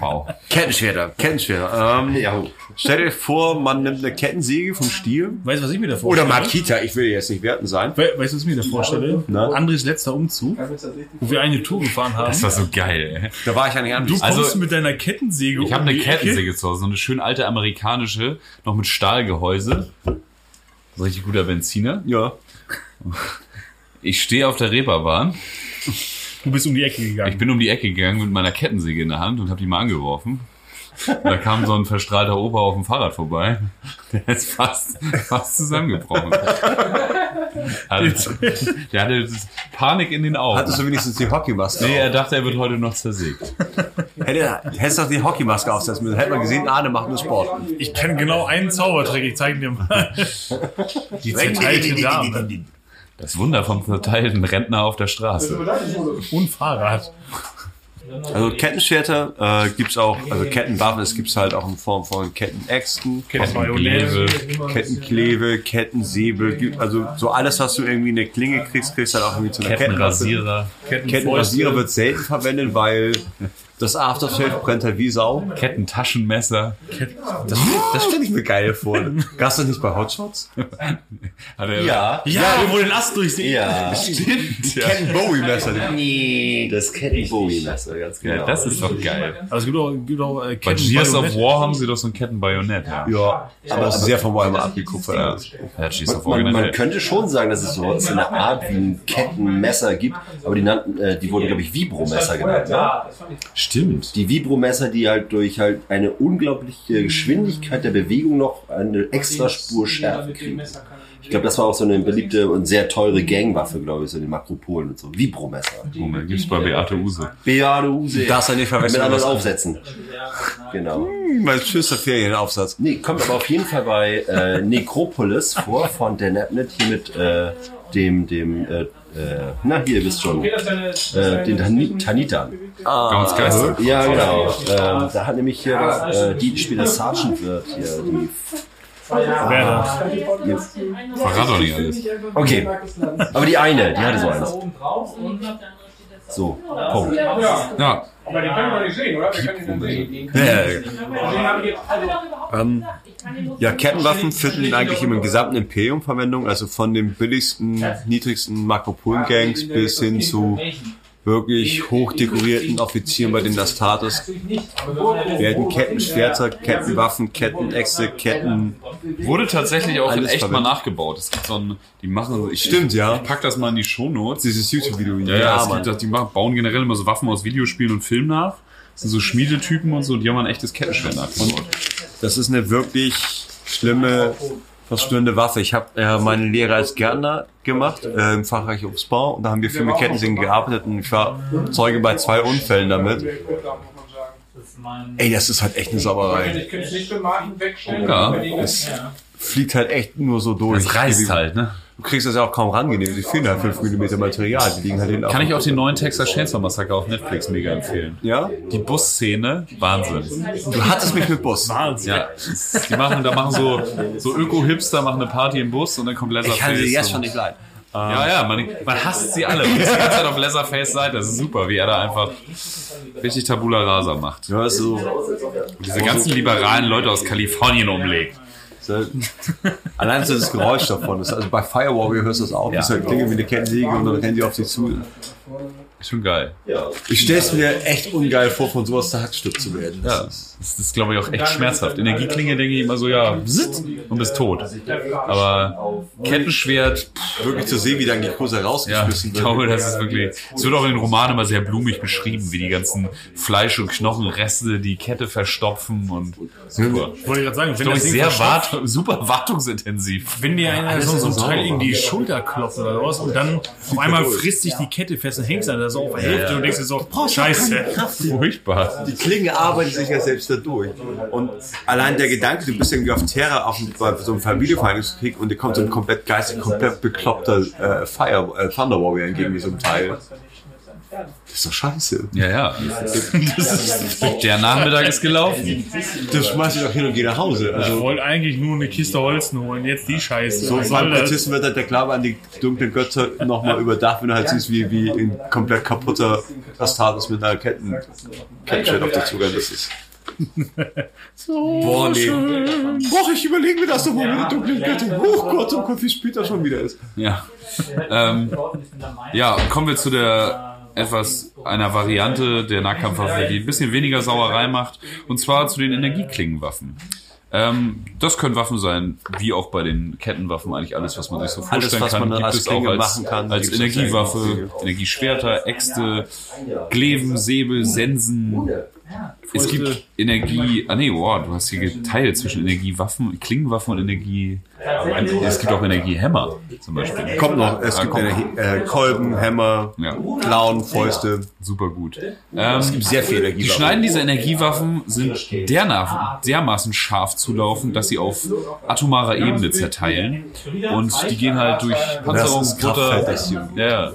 Wow.
Kettenschwerter, Kettenschwerter. Ähm,
Ja, oh. gut.
Stell dir vor, man nimmt eine Kettensäge vom Stiel.
Weißt du, was ich mir da
Oder
vorstelle?
Makita, ich will jetzt nicht werten sein.
We weißt du, was ich mir da vorstelle?
Na?
Andres letzter Umzug, wo wir eine Tour gefahren haben.
Das war so geil.
Da war ich ja nicht an.
Du kommst
Also,
mit deiner Kettensäge
Ey. Ich habe
um
eine
die Ecke.
Kettensäge zu Hause, so eine schön alte amerikanische, noch mit Stahlgehäuse. So richtig guter Benziner.
Ja.
Ich stehe auf der Reeperbahn.
Du bist um die Ecke gegangen.
Ich bin um die Ecke gegangen mit meiner Kettensäge in der Hand und habe die mal angeworfen. Da kam so ein verstrahlter Opa auf dem Fahrrad vorbei. Der ist fast, fast zusammengebrochen. Also, der hatte Panik in den
Oh.
Augen.
Hattest du wenigstens die Hockeymaske
Nee, er
auf?
dachte, er wird heute noch zersägt.
Hätte, hättest doch die Hockeymaske aufsetzen müssen. Hätte man gesehen, Arne macht nur Sport.
Ich kenne genau einen Zaubertrick, ich zeige dir mal. Die zerteilte Dame.
Das Wunder vom verteilten Rentner auf der Straße.
Und Fahrrad.
Also Kettenschwerter äh, gibt's auch, also Kettenwaffen, es gibt's halt auch in Form von Kettenäxten,
Kettenglebe.
Kettenklebe, Kettensäbel, gibt- also so alles, was du irgendwie in der Klinge kriegst, kriegst du halt auch irgendwie zu einer Kettenwaffe.
Kettenrasierer.
Kettenrasierer wird selten verwendet, weil Das Aftershave brennt halt wie Sau.
Kettentaschenmesser.
Das, das stelle ich mir geil vor. Gab's das nicht bei Hotshots?
Hat er
Ja.
Ja, wo den Ast durchsehen.
Ja.
Stimmt, ja.
Ken Bowie Messer.
Nee, das Cat Bowie Messer, ganz genau.
ja. Das ist doch geil.
Aber Also es gibt auch, gibt auch äh,
Bei Gears of
Kettenbajonett.
War haben sie doch so ein Kettenbajonett. Ja,
Ja, aber sehr vom Warhammer abgekupfert. Ja.
ja Gears of War
Man, man
generell.
könnte schon sagen, dass es so so eine Art wie ein Kettenmesser gibt, aber die nannten, äh, die wurden, glaube ich, Vibromesser genannt. Ne?
Stimmt.
Die Vibromesser, die halt durch halt eine unglaubliche Geschwindigkeit der Bewegung noch eine extra Spur Schärfe kriegen. Ich glaube, das war auch so eine beliebte und sehr teure Gangwaffe, glaube ich, so in den Makropolen und so. Vibromesser.
Moment, gibt's bei Beate Use.
Beate Use.
Darfst du nicht
mit
verwechseln.
anderen
was-
aufsetzen. Genau.
Hm, Mein schönster Ferienaufsatz.
Nee, kommt aber auf jeden Fall bei äh, Necropolis vor von Dan Abnett hier mit äh, dem, dem, äh, äh, na hier, ihr wisst schon, äh, den Tani- Tanitan.
Ganz Geister.
Ja, genau. Ähm, da hat nämlich hier äh, die, die Spieler Sergeant wird hier. Die,
Werder.
Verrat doch nicht alles.
okay, aber die eine, die hatte so eins. So, Punkt.
Ja,
Aber den können wir nicht sehen, oder? Wir können den sehen.
Ja,
Den habe ich jetzt, also,
ähm, ja, Kettenwaffen finden eigentlich im gesamten Imperium Verwendung, also von den billigsten, niedrigsten Makropolen-Gangs bis hin zu wirklich hochdekorierten Offizieren bei den Astartes. Wir hätten Kettenschwerter, Kettenwaffen, Kettenäxte, Ketten...
wurde tatsächlich auch in
Alles
echt mal
verwendet.
nachgebaut. Es gibt so ein, die machen, ich,
Stimmt, ja.
ich pack das mal in die Shownotes.
Dieses YouTube-Video.
Ja, ja, es
Mann.
gibt, das- die machen, bauen generell immer so Waffen aus Videospielen und Filmen nach. Das sind so Schmiedetypen und so, die haben ein echtes Kettenschwert nachgebaut.
Das ist eine wirklich schlimme, verstörende Waffe. Ich habe äh, meine Lehre als Gärtner gemacht äh, im Fachreich Obstbau und da haben wir viel mit Kettensägen gearbeitet und ich war Zeuge bei zwei Unfällen damit. Ey, das ist halt echt eine Sauerei.
ich könnte es nicht für Martin wegstellen.
Ja.
wenn die das-
Fliegt halt echt nur so durch.
halt, ne?
Du kriegst das ja auch kaum rangenehm. Sie fehlen halt 5 mm Material. Die liegen halt hinten
Kann
auf-
ich auch den neuen Texas Chainsaw Massacre auf Netflix mega empfehlen.
Ja?
Die Busszene, Wahnsinn.
Du hattest mich mit Bus.
Ja, die machen, da machen so, so Öko-Hipster machen eine Party im Bus und dann kommt Leatherface. und-
nicht leid.
Ja, ja, man, man hasst sie alle. Man ist die ganze Zeit auf Leatherface Seite. Das ist super, wie er da einfach richtig Tabula Rasa macht.
Ja, ist so.
Und diese ganzen liberalen Leute aus Kalifornien umlegt.
Ist halt- Allein so das Geräusch davon ist. Also bei Firewall hörst du das auch. Ja. Das ist halt Dinge wie eine Kettensäge und dann rennen die auf dich zu.
Ist schon geil.
Ich stelle es mir echt ungeil vor, von sowas zerhackstückt zu werden.
Ja, das ist, glaube ich, auch echt schmerzhaft. Energieklinge denke ich immer so, ja, sitzt und bist tot. Aber Kettenschwert, pff,
Wirklich zu sehen, wie dann die Kurse
ja, ich
rausgeschmissen
glaube, das ist wirklich. Es wird auch in den Romanen immer sehr blumig beschrieben, wie die ganzen Fleisch- und Knochenreste die Kette verstopfen und super.
Ich wollte gerade sagen, wenn
Glaube
das
ich,
Ding
sehr
verstopft,
wart super wartungsintensiv.
wenn dir einer so, so ein
so
Teil
sauber.
in die Schulter klopft oder sowas und dann auf einmal frisst sich die Kette fest und hängst dann da so auf der Hälfte und denkst dir so, scheiße.
Furchtbar.
Die Klinge arbeitet sich ja selbst dadurch. Und allein der Gedanke, du bist irgendwie auf Terra auf dem- bei so einem Familienvereinigungskrieg und dir kommt so ein komplett geistig, komplett bekloppter äh, Fire, äh, Thunder Warrior entgegen, wie so ein Teil. Das ist doch scheiße.
Ja, ja. Das ist, der Nachmittag ist gelaufen.
Das schmeißt dich doch hin und geh nach Hause.
Ich
Also,
wollte eigentlich nur eine Kiste Holzen holen, jetzt die Scheiße. Also
So
Was
ein
soll das?
Patriotismus wird halt der Glaube an die dunklen Götter nochmal überdacht, wenn du halt siehst, wie, wie ein komplett kaputter Astartes mit einer Ketten, Kettenschwert auf der Zugang das ist. Boah, nee. Boah, ich überlege mir das doch mal mit den dunklen Göttern. Oh Gott, oh Gott, wie spät das schon wieder ist.
Ja. Ähm, ja, kommen wir zu der etwas einer Variante der Nahkampfwaffe, die ein bisschen weniger Sauerei macht. Und zwar zu den Energieklingenwaffen. Ähm, das können Waffen sein, wie auch bei den Kettenwaffen eigentlich alles, was man sich so
Alles,
vorstellen
was
kann,
man
gibt
als
es auch
Klinge
als,
machen kann,
als
gibt's als
Energiewaffe, Energieschwerter, Äxte, Gleben, Säbel, Sensen. Es gibt Energie, ah nee, wow, du hast hier geteilt zwischen Energiewaffen, Klingenwaffen und Energie. Es gibt auch Energiehämmer zum Beispiel.
Kommt noch, es
Ah,
gibt
kommt.
äh, Kolben, Hämmer,
Ja.
Klauen, Fäuste.
Super gut. Ähm,
Sehr viel
die
Energie.
Schneiden dieser Energiewaffen sind derna- dermaßen scharf zulaufend, dass sie auf atomarer Ebene zerteilen. Und die gehen halt durch
Das
Panzerung,
ist Kraftfeld,
Butter.
das hier.
Ja, ja.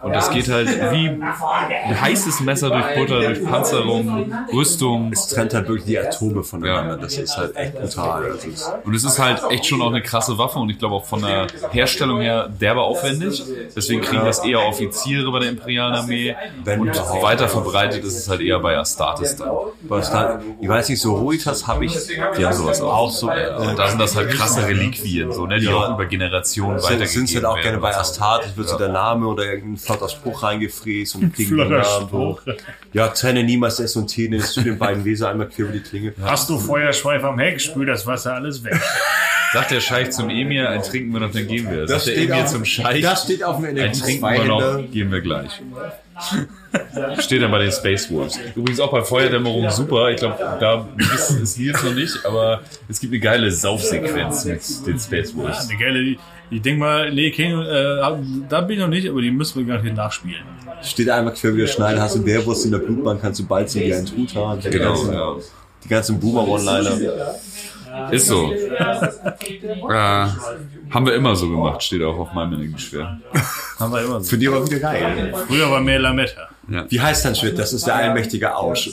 Und das geht halt wie ein heißes Messer durch Butter, durch Panzerung, Rüstung.
Es trennt halt wirklich die Atome voneinander. Das ist halt echt brutal. Also es,
Und es ist halt echt schon auch eine krasse Waffe und ich glaube auch von der Herstellung her derbe aufwendig. Deswegen kriegen das eher Offiziere bei der imperialen Armee.
wenn
Und
überhaupt.
weiter verbreitet ist es halt eher bei Astartes dann.
Was da, ich weiß nicht, so Horitas habe ich. Die haben sowas auch.
Auch so, äh, und da sind das halt krasse Reliquien, so, ne, die
Ja.
auch über Generationen
Sind
weitergegeben
sind halt auch gerne
werden.
bei Astartes, wird so der Name oder irgendein flotter Spruch reingefräst und kriegen den
Flotter
Namen hoch. Ja, trenne niemals S und Tenis zu den beiden Weser einmal quer über die Klinge.
Hast du Feuerschweif am Heck, spül das Wasser alles weg.
Sagt der Scheich zum Emir, ein trinken wir noch, dann gehen wir. Sagt der Emir zum Scheich,
das steht auf dem ne?
ein trinken wir
Energiespeicher.
noch, gehen wir gleich. Steht dann bei den Space Wolves. Übrigens auch bei Feuerdämmerung super. Ich glaube, da wissen es hier jetzt noch nicht, aber es gibt eine geile Saufsequenz mit den Space Wolves.
Eine geile, ich denke mal, Lee King, äh, da bin ich noch nicht, aber die müssen wir garantiert nachspielen.
Steht einmal quer über der Schneide, hast du Bärwurst in der Blutbahn, kannst du balzen wie ein Truthahn. Die ganzen-
Genau,
Die ganzen Boomer-One-Liner.
ja. Ist so. Äh, haben wir immer so gemacht, steht auch auf meinem Energieschwert.
Haben wir immer so.
Für die aber wieder geil.
Früher war mehr Lametta.
Wie heißt dein Schwert? Das ist der allmächtige Ausch.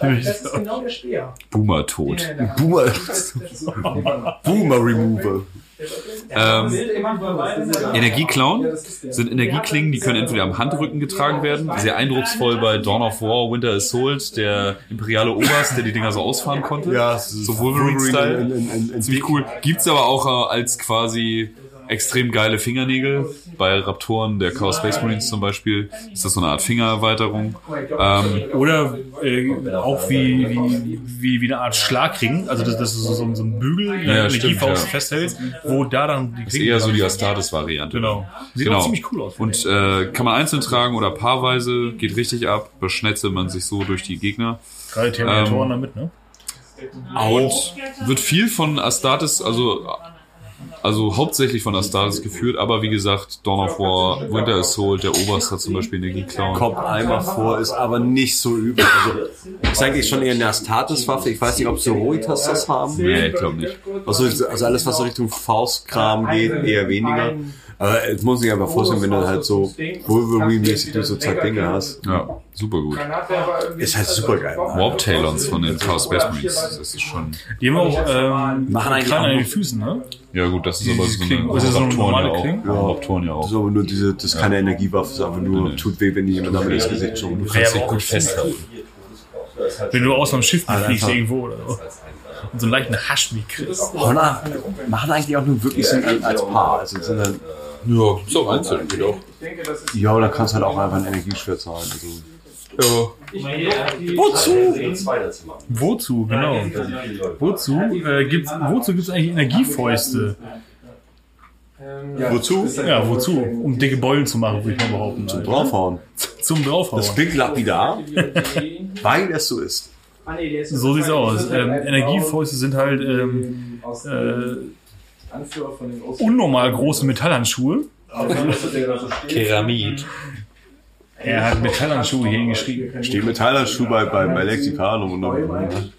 Das ist genau der Speer.
Boomer tot.
Boomer. Boomer Remover.
Ähm,
Energie.
Energieklauen sind Energieklingen, die können entweder am Handrücken getragen werden, sehr eindrucksvoll bei Dawn of War, Winter Assault, der imperiale Oberst, der die Dinger so ausfahren konnte. so
in-
Wolverine-Style.
in- in- in-
Ziemlich cool. Gibt's aber auch äh, als quasi extrem geile Fingernägel. Bei Raptoren, der Chaos Space Marines zum Beispiel, ist das so eine Art Fingererweiterung. Ähm,
Oder äh, auch wie, wie, wie, wie eine Art Schlagring, also das, das ist so, so ein- so ein Bügel,
Ja,
der die
stimmt,
Faust
ja.
festhält, wo da dann die
ist eher so die Astartes-Variante.
Genau. Sieht
Genau.
auch ziemlich cool aus.
Und äh, kann man einzeln tragen oder paarweise, geht richtig ab, beschnetzelt man sich so durch die Gegner.
gerade
ähm,
Terminatoren damit, ne?
Out. Wird viel von Astartes, also, also hauptsächlich von Astartes geführt, aber wie gesagt, Dawn of War, Winter Assault, der Oberst hat zum Beispiel den Clown.
kommt einmal vor, ist aber nicht so übel. Also, ist eigentlich schon eher eine Astartes-Waffe. Ich weiß nicht, ob Sororitas das haben.
Nee, ich glaube nicht.
Also, also alles, was so Richtung Faustkram geht, eher weniger. Aber jetzt muss ich einfach vorstellen, wenn du halt so Wolverine-mäßig du so zack Dinge hast.
Ja, super gut.
Ist halt
also
super geil.
Warp Talons von den Chaos Space Marines, das ist schon.
Die haben auch ähm,
Machen eigentlich
Krallen an
auch
den
noch-
Füßen, ne?
Ja, gut, das ist
Die-
aber
die
so
Klingen-
eine
ist das so eine
Raptoren ja
normale
auch.
Klinge?
Ja, Raptoren ja
Das ist
auch.
aber nur diese, das ist keine Energiewaffe, das ist einfach nur,
nee.
tut weh, wenn dir jemand damit ins Gesicht schon.
Du kannst dich gut festhalten.
Wenn du aus einem Schiff
Ah,
Also
fliegst
einfach-
irgendwo oder so. Und so einen leichten Haschmi kriegst.
Horner machen eigentlich auch nur wirklich Sinn als als Paar. Also sind dann,
Ja, so einzeln, geht auch.
ja, oder kann es halt auch einfach ein Energieschwert sein. Also,
Wozu, genau. Wozu äh, gibt's, wozu gibt's eigentlich Energiefäuste?
wozu?
Ja, wozu? Um dicke Beulen zu machen, würde ich mal behaupten. Zum,
Draufhauen.
Zum
Das
Draufhauen.
klingt lapidar, weil es so ist.
Ah,
So sieht's
halt
aus. Ähm, Energiefäuste sind halt ähm, äh, unnormal große Metallhandschuhe.
Keramid.
Er hat Metallhandschuhe hier hingeschrieben.
Steht Metallhandschuh bei, bei, bei Lexikalum und dann-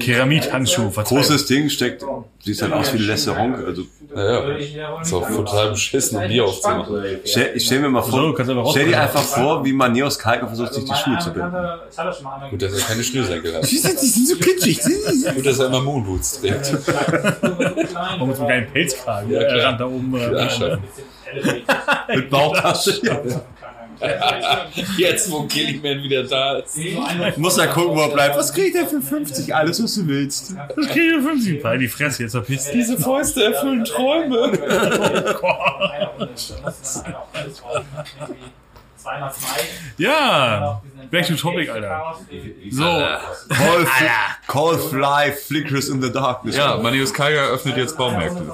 Keramidhandschuhe, verzeihung.
großes Ding steckt, sieht halt aus wie Lesseronk. Also,
Naja, ist auch total beschissen, um Bier aufzumachen.
stell, ich stell mir mal
So, du
vor,
kannst einfach
stell dir
rauskommen.
einfach vor, wie man Neos Kalker versucht, sich die
ah,
Schuhe zu binden.
Gut, dass er keine Schnürsenkel hat.
Die sind, die sind so kitschig.
Gut, dass er immer Moonboots trägt.
Und mit einem geilen Pelzkragen.
Ja, klar.
äh, Rand da oben. Äh,
Anschaffen.
Mit Bauchtasche.
Jetzt, wo Killing Man wieder da ist.
Ich muss da gucken, wo er bleibt. Was kriegt er für 50? Alles, was du willst.
das kriege ich für 50 Fall in die Fresse jetzt verpisst. dich.
Diese Fäuste erfüllen Träume.
Oh Ja, back to topic, Alter. So,
Call, call fly flickers in the darkness.
Ja, Manius Kaiger öffnet jetzt Baumärkte.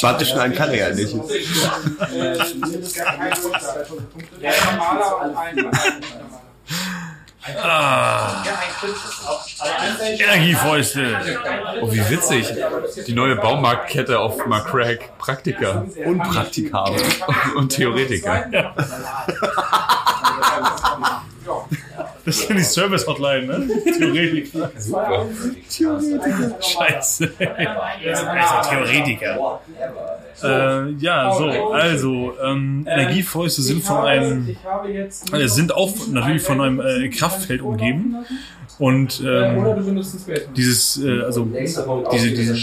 Schade schneiden kann er ja nicht.
ah, Energiefäuste.
Oh, wie witzig. Die neue Baumarktkette auf Macrack. Praktiker
Unpraktikabel.
und Theoretiker.
Das ist ja die Service-Hotline, ne? Theoretik. Scheiße.
Theoretiker.
Theoretiker. Äh, ja, so, also, ähm, Energiefäuste sind von einem, äh, sind auch natürlich von einem äh, Kraftfeld umgeben. Und ähm, dieses, äh, also diese, diese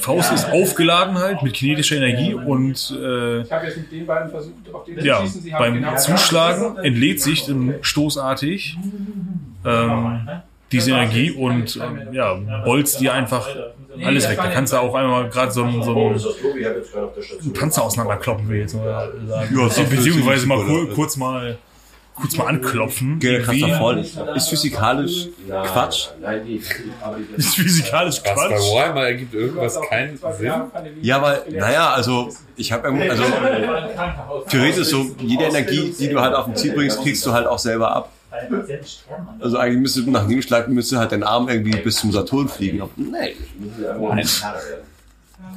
Faust ist aufgeladen halt mit kinetischer Energie und äh,
Ich habe jetzt mit den beiden versucht, auf den
ja,
schießen. Sie haben
beim
genau-
Zuschlagen entlädt sich
halt
dann stoßartig ähm,
ne?
diese Energie und ähm, ja, bolzt dir einfach alles weg. Da kannst du auch einmal gerade so einen, so einen einen Panzer auseinanderkloppen, will ich jetzt mal sagen. Äh,
Ja, so
beziehungsweise mal
oder?
kur kurz mal kurz mal anklopfen.
Gell, kannst
Irgendwie.
du voll. Ist physikalisch Quatsch.
ist physikalisch
Was bei
Quatsch.
Warhammer ergibt irgendwas keinen Sinn.
Ja, weil, naja, also ich habe irgendwo, also theoretisch so, jede Energie, die du halt auf dem Ziel bringst, kriegst du halt auch selber ab. Also eigentlich müsste nach dem Schlag müsste halt dein Arm irgendwie bis zum Saturn fliegen. Aber nee.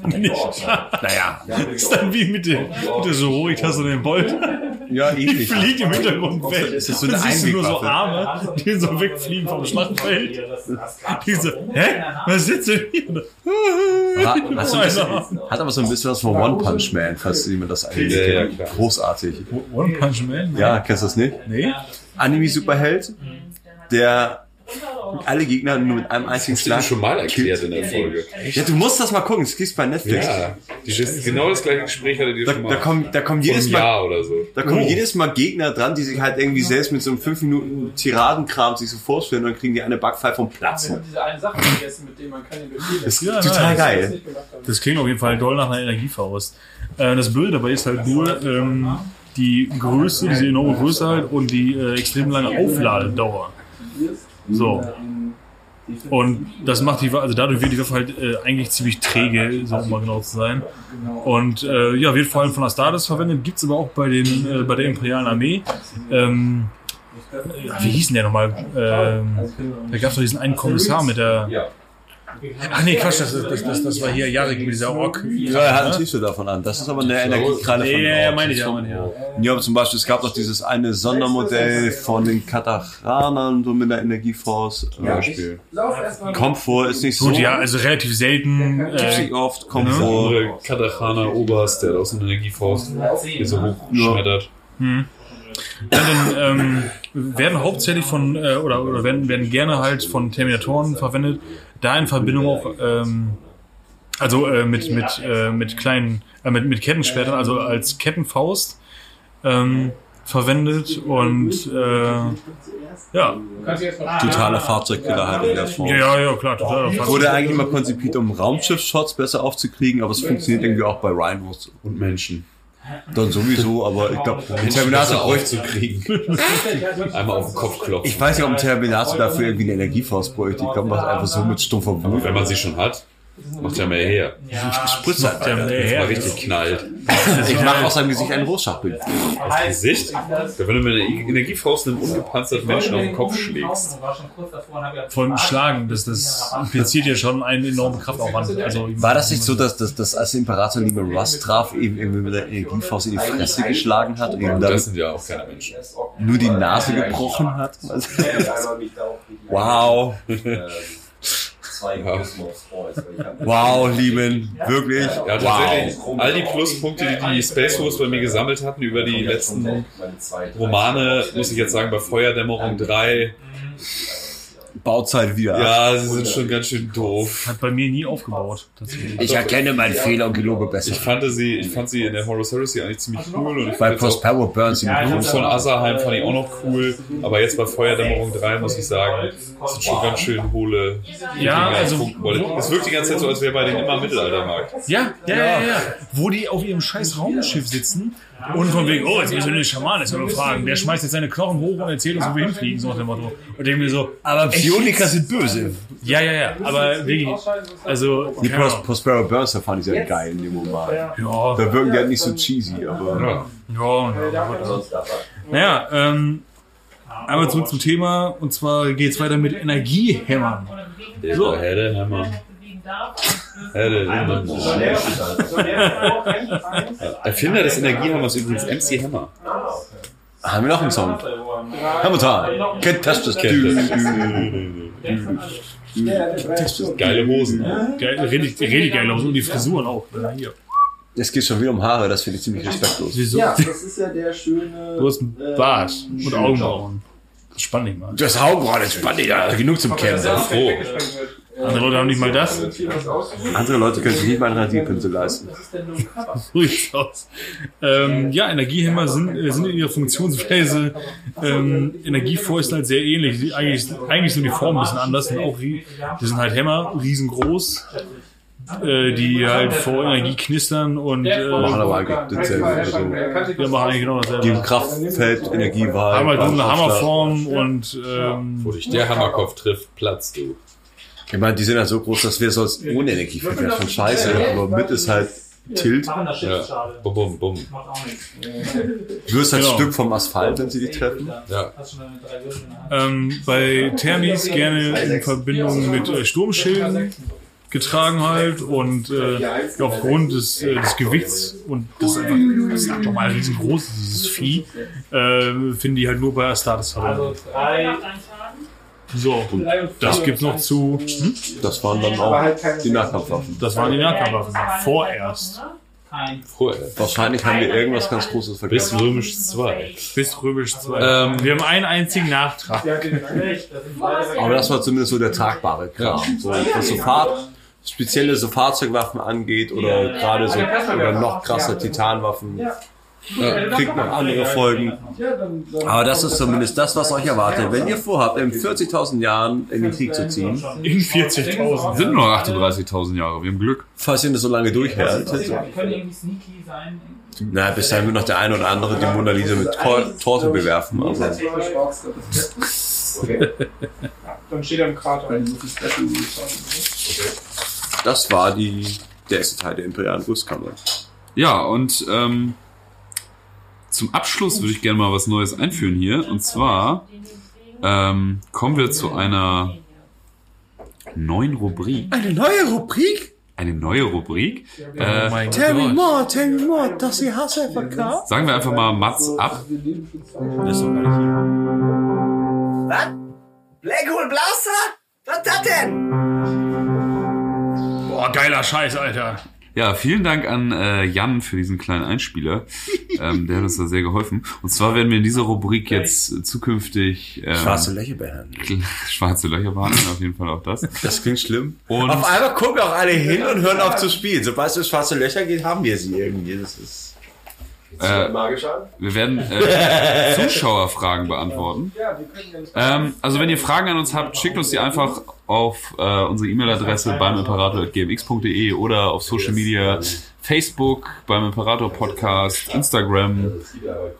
Nicht.
Naja.
ist dann wie mit der, mit der Sorori-Tasse und dem Bolt.
Ja,
Die
ähnlich.
fliegt im Hintergrund weg.
Das ist so eine
Dann siehst du nur so
Einwegwaffe.
Arme, die so wegfliegen vom Schlachtfeld. Die so, hä? Was sitzt denn hier?
War, hat, so ein bisschen, hat aber so ein bisschen was von One Punch Man, falls jemand das eigentlich
Ja, ja,
kennt. Großartig.
One Punch Man?
Ja, kennst du das nicht?
Nee?
Anime-Superheld, der alle Gegner nur mit einem einzigen
Das ist
Schlag.
schon mal erklärt
killt.
in der Folge.
Ja, du musst das mal gucken, das kriegst du bei Netflix.
Ja, die Schiss- genau das gleiche Gespräch hatte die
Da,
schon mal.
da, kommen, da kommen
Vor
jedes
einem
Mal,
Jahr Oh. oder so.
da kommen jedes Mal Gegner dran, die sich halt irgendwie selbst mit so einem 5 Minuten Tiradenkram sich so vorstellen und dann kriegen die eine Backpfeife und platzen.
Diese eine Sache gegessen, mit dem man kann den Befehl
Das ist
Ja,
total
nice.
geil.
Das klingt auf jeden Fall doll nach einer Energiefaust. Äh, das Blöde dabei ist halt nur ähm, die Größe, diese enorme Größe halt und die äh, extrem lange Aufladedauer. So. Und das macht die Waffe, also dadurch wird die Waffe halt äh, eigentlich ziemlich träge, so um mal genau zu sein. Und äh, ja, wird vor allem von Astartes verwendet, gibt's aber auch bei, den, äh, bei der Imperialen Armee. Ähm, ja, wie hieß denn der nochmal? Ähm, da gab's doch diesen einen Kommissar mit der. Ach nee, Quatsch, das, das, das, das war hier Jarek mit dieser Ork.
Ja, er hat ein T-Shirt davon an. Das ist aber eine Energiekralle von
Ja, ja, ja, meine ich ja,
ja.
meine ich ja.
Ja, aber zum Beispiel, es gab doch dieses eine Sondermodell von den Kataranern, so mit der Energiefaust.
Zum
Äh,
Beispiel.
Lauf erstmal.
Komfort ist nicht so.
Gut, ja, also relativ selten.
Gibt's
Äh,
nicht oft,
Dieser
Komfort.
andere Katachana-Oberst, der hat auch so eine Energiefaust, die so hochschmettert.
dann, ähm, werden hauptsächlich von, äh, oder, oder werden, werden gerne halt von Terminatoren verwendet, da in Verbindung auch, ähm, also äh, mit, mit, äh, mit kleinen, äh, mit, mit Kettenschwertern, also als Kettenfaust ähm, verwendet und äh, ja,
Totaler Fahrzeugkiller halt in der Form.
ja, ja, ja, klar, total.
Wurde eigentlich mal konzipiert, um Raumschiff-Shots besser aufzukriegen, aber es funktioniert irgendwie auch bei Rhinos.
Und Menschen.
Dann sowieso, aber ich glaube, ein
Besser
Terminator bräuchte.
aufzukriegen. Einmal auf den Kopf klopfen.
Ich weiß nicht, ob ein Terminator dafür irgendwie eine Energiefaust bräuchte. Ich glaube, man einfach so mit stumpfer Wut.
Wenn man sie schon hat, macht er mehr her.
Spritzt halt.
Ja,
Alter.
Mal
ja, ja.
richtig knallt.
Ich mache aus seinem Gesicht ein Rorschachbild.
Das Gesicht, wenn du mit einer Energiefaust einem ungepanzerten Menschen auf den Kopf schlägst.
Vor allem Schlagen, das, das impliziert ja schon einen enormen Kraftaufwand. Also,
War das nicht so, dass, dass, dass als der Imperator lieber Russ traf, eben irgendwie mit der Energiefaust in die Fresse geschlagen hat und ihm
Das
damit
sind ja auch keine Menschen.
nur die Nase gebrochen hat? Wow.
Ja.
Wow, Lieben. Wirklich.
Ja,
Wow.
tatsächlich. All die Pluspunkte, die die Space Force bei mir gesammelt hatten über die letzten Romane, muss ich jetzt sagen, bei Feuerdämmerung 3.
Bauzeit wieder. ab.
Ja, sie sind schon ganz schön doof.
Hat bei mir nie aufgebaut. tatsächlich.
Ich erkenne meinen Fehler und gelobe
Ich
besser.
fand sie, ich fand sie in der Horus Heresy eigentlich ziemlich
Also
cool und ich
Bei
fand jetzt auch
Prospero Burns im
Blut
Blut.
von Asserheim fand ich auch noch cool, aber jetzt bei Feuerdämmerung 3 muss ich sagen, das sind schon ganz schön hohle
Ja,
Dinger,
also-
Punktenwolle. Es wirkt die ganze Zeit so, als wäre bei denen immer Mittelaltermarkt.
Ja, ja, ja, ja, ja. Wo die auf ihrem scheiß Raumschiff sitzen und von wegen, oh, jetzt müssen wir den Schaman jetzt mal fragen. Der schmeißt jetzt seine Knochen hoch und erzählt uns, wo wir hinfliegen, so nach dem Motto. Und denken wir so, aber
Psioniker sind böse.
Ja, ja, ja, aber wirklich, also,
Die
keine
Pros
Ahnung.
Prospero Burns, da fand ich sehr geil in dem Roman.
ja,
Da wirken die halt nicht so cheesy, aber.
Ja, ja, gut, also. Naja, ähm, einmal zurück zum Thema. Und zwar geht's weiter mit Energiehämmern.
So, Herde, Hammer. Herde, Hammer. Erfinder des Energiehammers übrigens MC Hammer.
Haben wir noch einen Song? Haben wir da. Kennt das das
Geile Hosen.
Geil, richtig, richtig geil aus. Und die Frisuren auch. Ja, hier.
Es geht schon wieder um Haare, das finde ich ziemlich respektlos.
Wieso?
Ja, das ist ja der schöne. äh,
Du hast einen Bart und
schöner
Augenbrauen. Das spann dich mal.
Du hast Augenbrauen, das spannend, ja. Genug zum Kennen, sei froh.
äh,
Andere Leute haben nicht mal das.
Andere Leute können sich nicht mal einen Radierpinsel leisten.
Ruhig aus. Ähm, ja, Energiehemmer sind, äh, sind in ihrer Funktionsweise ähm, Energiefäusten halt sehr ähnlich. Sie- Eigentlich, eigentlich sind die Formen ein bisschen anders. Und auch rie- die sind halt Hämmer, riesengroß, äh, die halt vor Energie knistern und äh,
Machen
ja,
aber eigentlich dasselbe. Also,
machen eigentlich genau
gegen
dasselbe.
Kraftfeld, Energiewahl.
Haben halt so eine
Bahnhofstadt.
Hammerform und ähm,
Wo dich der Hammerkopf trifft, platzt du.
Ich meine, die sind halt so groß, dass wir sonst ohne Energiefeld wären. Schon scheiße, aber mit ist halt Tilt.
Ja. Bum, bum, bum.
Macht auch nichts.
Du wirst halt
Genau.
Stück vom Asphalt, wenn sie dich treffen.
Ja.
Hast schon deine drei Würfel in der Hand.
ähm, bei Thermis gerne in Verbindung mit äh, Sturmschilden getragen halt und äh, ja, aufgrund des, äh, des Gewichts und das einfach das ist einfach mal riesengroß ist, dieses Vieh, äh, finden die halt nur bei Astartes
Also
verwendet.
drei.
So, das gibt's noch zu. Hm?
Das waren dann
Aber
auch
halt keine
die Nahkampfwaffen.
Das waren die Nahkampfwaffen. Vorerst.
Kein.
Vorher.
Wahrscheinlich haben wir irgendwas ganz Großes
Bis
vergessen.
Römisch 2.
Bis Römisch 2.
Ähm,
Wir haben einen einzigen Nachtrag.
Aber das war zumindest so der tragbare Kram. So, was so Fahr spezielle so Fahrzeugwaffen angeht oder gerade so oder noch krasser Titanwaffen. Ja, kriegt noch andere Folgen. Aber das ist zumindest das, was euch erwartet, wenn ihr vorhabt, in 40.000 Jahren in den Krieg zu ziehen.
In 40.000.
Sind nur 38.000 Jahre, wir haben Glück.
Falls ihr das so lange durchhält.
Die können irgendwie sneaky sein.
Na, bis dahin wird noch der eine oder andere die Mona Lisa
Also,
mit Tor Torte bewerfen. also. Aber
Dann steht er im Krater.
das war die, der erste Teil der imperialen Gusskammer.
Ja, und ähm, zum Abschluss würde ich gerne mal was Neues einführen hier. Und zwar ähm, kommen wir zu einer neuen Rubrik.
Eine neue Rubrik?
Eine neue Rubrik. Äh,
Tell me more, tell me more, dass ihr Hass FK?
sagen wir einfach mal Mats ab.
Black Hole Blaster? Was ist das denn?
Boah, geiler Scheiß, Alter.
Ja, vielen Dank an äh, Jan für diesen kleinen Einspieler. Ähm, der hat uns da sehr geholfen. Und zwar werden wir in dieser Rubrik jetzt zukünftig ähm,
Schwarze Löcher behandeln.
schwarze Löcher behandeln, auf jeden Fall auch das.
Das klingt schlimm.
Und-
auf einmal gucken auch alle hin und hören auf zu spielen. Sobald es um schwarze Löcher geht, haben wir sie irgendwie. Das ist
Äh,
Magisch an?
Wir werden äh, Zuschauerfragen beantworten. Ähm, also wenn ihr Fragen an uns habt, schickt uns die einfach auf äh, unsere E-Mail-Adresse beim Imperator.gmx.de oder auf Social Media, Facebook, beim Imperator Podcast, Instagram.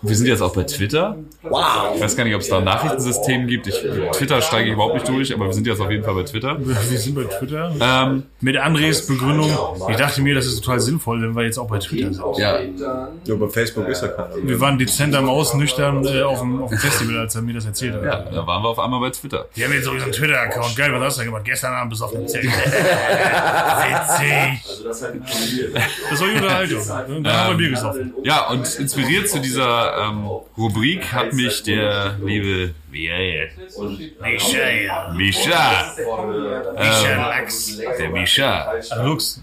Wir sind jetzt auch bei Twitter.
wow.
Ich weiß gar nicht, ob es da ein Nachrichtensystem gibt. Ich, Twitter steige ich überhaupt nicht durch, aber wir sind jetzt auf jeden Fall bei Twitter.
Wir sind bei Twitter.
Ähm,
Mit Andres Begründung, ich dachte mir, das ist total sinnvoll, wenn wir jetzt auch bei Twitter sind.
ja,
Nur bei Facebook ist ja keiner.
Wir waren dezent am Ausnüchtern äh, auf, dem, auf dem Festival, als er mir das erzählt hat.
ja, da waren wir auf einmal bei Twitter.
Die haben jetzt sowieso einen Twitter-Account. Geil, was hast du da gemacht? Gestern Abend bis auf dem Zelt. Witzig.
halt
Das war die Unterhaltung. ne? Da haben wir Bier gesoffen.
Ja, und inspiriert zu dieser ähm, Rubrik hat mich der liebe Michael
Michel.
Misha.
Äh,
Michel
Ähm,
Lachs.
der Misha.
Ach, Lux.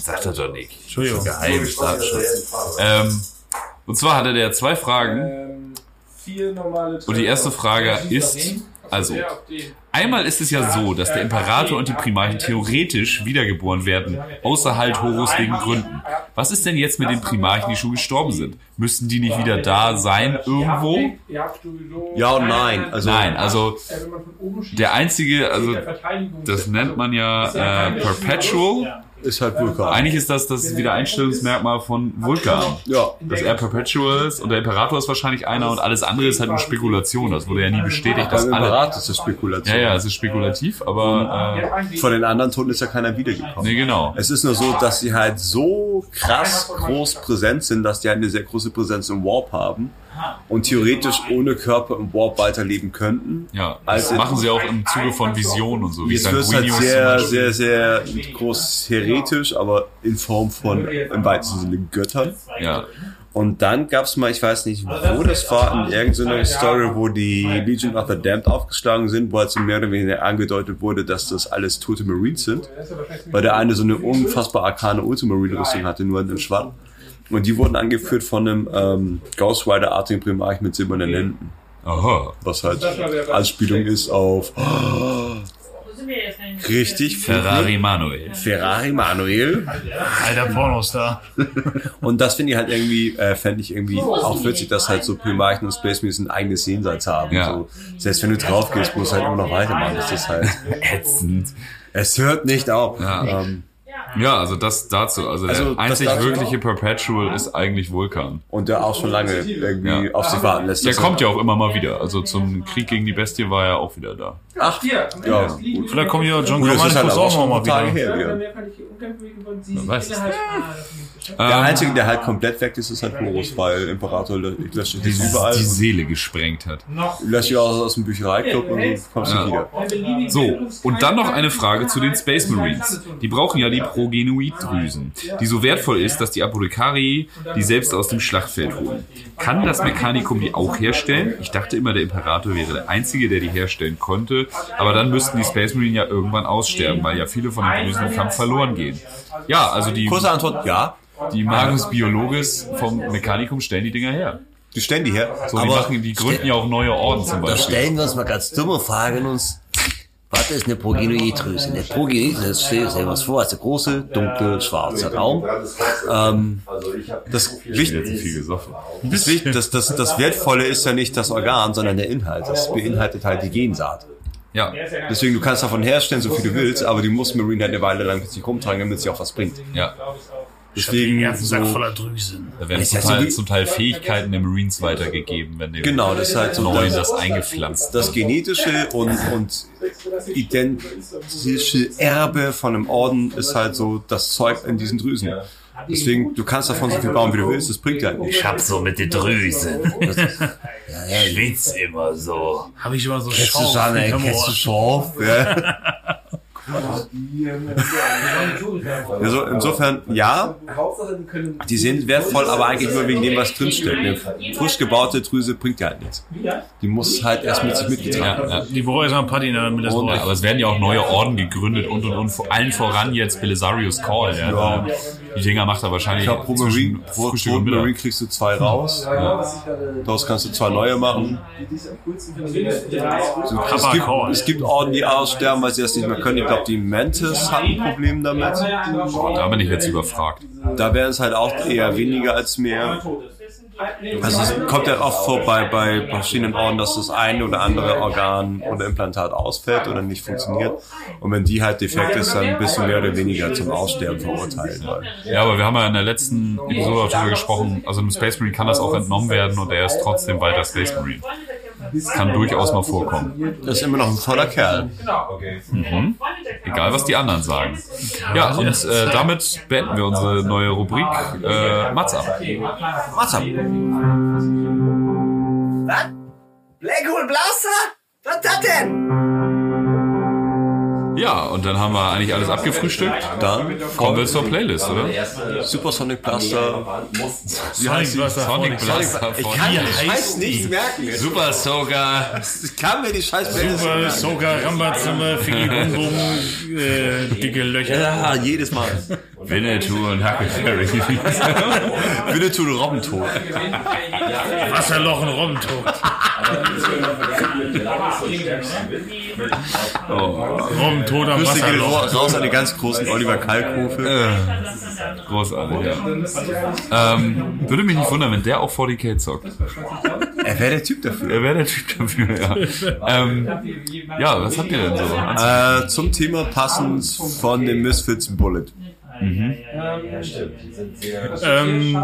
Sagt er doch nicht.
Entschuldigung.
Geheimes Abschluss. Ähm, und zwar hatte der zwei Fragen.
Vier normale
Und die erste Frage ist, also, einmal ist es ja so, dass der Imperator und die Primarchen theoretisch wiedergeboren werden, außer halt Horus wegen Gründen. Was ist denn jetzt mit den Primarchen, die schon gestorben sind? Müssten die nicht wieder da sein irgendwo?
Ja und nein. Also,
Nein, also der einzige, also das nennt man ja äh, Perpetual.
ist halt Vulkan.
Eigentlich ist das das Wiedereinstellungsmerkmal von Vulkan.
ja.
Dass er Perpetual ist und der Imperator ist wahrscheinlich einer und alles andere ist halt nur Spekulation. Das wurde ja nie bestätigt, dass
Beim
alle.
Apparat ist das Spekulation.
Ja, ja, es ist spekulativ, aber
Von den anderen Toten ist ja keiner wiedergekommen.
äh, nee, genau.
Es ist nur so, dass sie halt so krass groß präsent sind, dass die halt eine sehr große Präsenz im Warp haben und theoretisch ohne Körper im Warp weiterleben könnten.
Ja, das
Also-
machen sie auch im Zuge von Visionen und so. Wie
Jetzt wird es halt
Sanguinius
sehr,
zum Beispiel.
sehr, sehr groß heretisch, aber in Form von im weitesten Sinne Göttern.
Ja,
Und dann gab es mal, ich weiß nicht, wo das war, in irgendeiner Story, wo die Legion of the Damned aufgeschlagen sind, wo halt so mehr oder weniger angedeutet wurde, dass das alles tote Marines sind. Weil der eine so eine unfassbar arkane Ultramarine-Rüstung hatte, nur einen Schwarm. Und die wurden angeführt von einem ähm, Ghost Rider-artigen Primarch mit silbernen Lenden.
Aha.
Was halt Anspielung ist auf Richtig,
Ferrari Manuel.
Ferrari Manuel.
Alter Pornostar.
und das finde ich halt irgendwie, äh, fände ich irgendwie auch witzig, dass halt so Primarchen und Space Marines ein eigenes Jenseits haben.
Ja.
So, selbst wenn du drauf gehst, musst du halt immer noch weitermachen. Das ist halt
ätzend.
Es hört nicht auf.
Ja.
Ähm,
Ja, also das dazu. Also,
Also,
der
das
einzig
dazu-
wirkliche Perpetual ist eigentlich Vulkan.
Und der auch schon lange irgendwie auf sich warten lässt.
Der
Das
kommt
ist-
ja auch immer mal wieder. Also zum Krieg gegen die Bestie war er auch wieder da.
Ach,
hier,
Ja,
gut.
Vielleicht kommen ja John
Gut, das ist
Gromanikus
halt aber
auch
schon
noch mal
Tage
wieder.
her,
ja.
Man weiß es nicht.
Der
Ähm,
einzige, der halt komplett weg ist, ist halt Horus, weil Imperator lö- löscht
Die,
dich überall.
die Seele gesprengt hat.
Löscht dich aus, aus dem Büchereiclub und du kommst nicht wieder.
Ja. So, und dann noch eine Frage zu den Space Marines. Die brauchen ja die Progenoid-Drüsen, die so wertvoll ist, dass die Apothekari die selbst aus dem Schlachtfeld holen. Kann das Mechanikum die auch herstellen? Ich dachte immer, der Imperator wäre der Einzige, der die herstellen konnte, aber dann müssten die Space Marine ja irgendwann aussterben, weil ja viele von den Drüsen im Kampf verloren gehen. Ja, also die...
Kurze Antwort, ja.
Die Magus Biologis vom Mechanikum stellen die Dinger her.
Die stellen die her.
So, die, machen, die gründen ja auch neue Orden zum
Da
Beispiel.
stellen wir uns mal ganz dumme Fragen uns. Was ist eine Progenoidrüse? Eine Progenoidrüse, stell dir was vor, ist der große, dunkle, schwarze Raum.
Ähm,
Also,
das, Wicht- das, Wicht- das, das, das Wertvolle ist ja nicht das Organ, sondern der Inhalt. Das beinhaltet halt die Gensaat.
Ja.
Deswegen, du kannst davon herstellen, so viel du willst, aber die muss Marine halt eine Weile lang mit sich rumtragen, damit sie auch was bringt.
Ja.
Deswegen, so,
Drüsen.
Da werden
Ist
zum
ja so
Teil,
wie-
zum Teil Fähigkeiten der Marines weitergegeben, wenn die
Genau, das ist halt so
neuen
das-
das, eingepflanzt
das genetische und, und identische Erbe von einem Orden ist halt so das Zeug in diesen Drüsen. Deswegen, du kannst davon so viel bauen, wie du willst, das bringt dir halt nichts.
Ich hab so mit den Drüsen.
Das ist-
Schwitz immer so. Hab ich immer so
Kennst du Sahne, kennst du Schorf? Ja. Ja, so, Also insofern, ja, die sind wertvoll, aber eigentlich nur wegen dem, was drinsteckt. Eine frisch gebaute Drüse bringt dir halt nichts. Die muss halt erst mit sich mitgetragen werden.
Die brauche erstmal ein Patina, damit das läuft.
Aber es werden ja auch neue Orden gegründet und und und vor allen voran jetzt Belisarius Call. Ja.
Ja.
Die Dinger macht er wahrscheinlich
Ich glaube, pro Marine,
zwischen
pro,
Frühstück
pro
und
Marine
Mittag.
kriegst du zwei raus. Daraus kannst du zwei neue machen.
Also,
Es gibt, es gibt Orden, die aussterben, weil sie das nicht mehr können. Ich glaube, die Mantis hatten ein Problem damit.
Da bin ich jetzt überfragt.
Da wären es halt auch eher weniger als mehr. Also es kommt ja oft vor bei, bei verschiedenen Orden, dass das eine oder andere Organ oder Implantat ausfällt oder nicht funktioniert. Und wenn die halt defekt ist, dann bist du mehr oder weniger zum Aussterben verurteilt. halt.
Ja, aber wir haben ja in der letzten Episode auch darüber gesprochen, also einem Space Marine kann das auch entnommen werden und er ist trotzdem weiter Space Marine. Das kann durchaus mal vorkommen.
Das ist immer noch ein voller Kerl.
Genau.
Mhm. Egal, was die anderen sagen. Ja, und äh, damit beenden wir unsere neue Rubrik äh, Mats ab.
Mats ab.
Was? Black Hole Blaster? Was ist das denn?
Ja, und dann haben wir eigentlich alles abgefrühstückt.
Dann
kommen wir zur Playlist,
Also,
oder?
Super Sonic Blaster. Wie
Sonic
heißt die?
Blaster
Sonic
Phonics.
Blaster
Ich
von
kann den
Wie heißt
Scheiß nicht merken.
Super Soga.
Ich kann mir die Scheiß
Super,
merken.
Soga, Rambazimmer, Figgy, Bum, Bum, äh, dicke Löcher.
Ja, jedes Mal.
Winnetou und Huckleberry.
Winnetou und Robbentod.
Wasserloch und Robbentod.
Oh,
Robbentod am
Grüße gehen
Wasserloch.
raus an die ganz großen Oliver Kalkofe.
großartig, ja. Ähm, würde mich nicht wundern, wenn der auch 40k zockt.
Er wäre der Typ dafür.
Er wäre der Typ dafür, ja. Ähm, ja, was habt ihr denn so?
Äh, zum Thema passend von dem Misfits Bullet.
Ähm,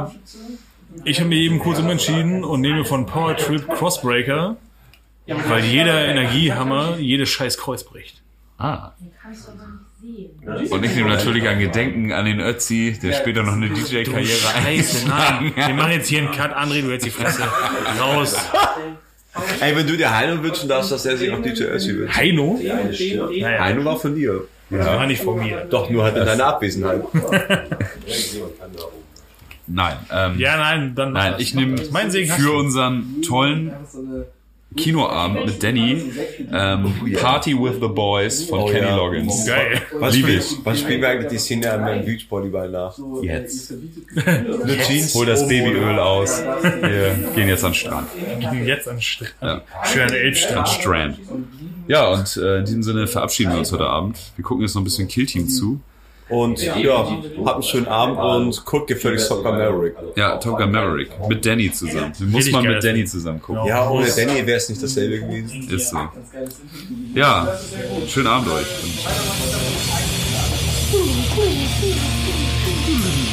ich habe mir eben kurz umentschieden und nehme von Power Trip Crossbreaker, weil jeder Energiehammer jedes scheiß Kreuz bricht.
Ah. Und ich nehme natürlich an Gedenken an den Ötzi, der später noch eine DJ-Karriere
Scheiße, nein. Wir machen jetzt hier einen Cut. André, du hältst die Fresse. Raus.
Ey, wenn du dir Heino wünschen darfst, dass er sich auf DJ Össi wünscht.
Heino?
Naja. Heino war von dir.
Das war nicht von mir.
Doch, nur halt in deiner Abwesenheit.
Nein. Ähm,
Ja, nein, dann mach
nein,
das.
ich nehme
Mein Segen hast
für
du.
unseren tollen Kinoabend mit Danny ähm, Party with the Boys von Kenny Loggins.
Was
Liebe
spiel-
ich.
Wann spielen wir eigentlich die Szene an meinem Beachvolleyball nach?
Jetzt.
Eine Jeans.
Hol das
oben
Babyöl
ohne.
aus. Wir gehen jetzt an den Strand.
Gehen Jetzt an Strand.
Ja.
Schönen Elbstrand.
An Strand. Ja, und äh, in diesem Sinne verabschieden wir uns heute Abend. Wir gucken jetzt noch ein bisschen Kill Team zu.
Und ja, habt einen schönen Abend und guckt gefällig Soccer Maverick.
Ja, Top Gun Maverick mit Danny zusammen. Den muss
Richtig
man mit
geiles
Danny
Ding.
zusammen gucken.
Ja, ohne Danny wäre es nicht dasselbe gewesen.
Ist so. Ja, schönen Abend euch. Und
Hm.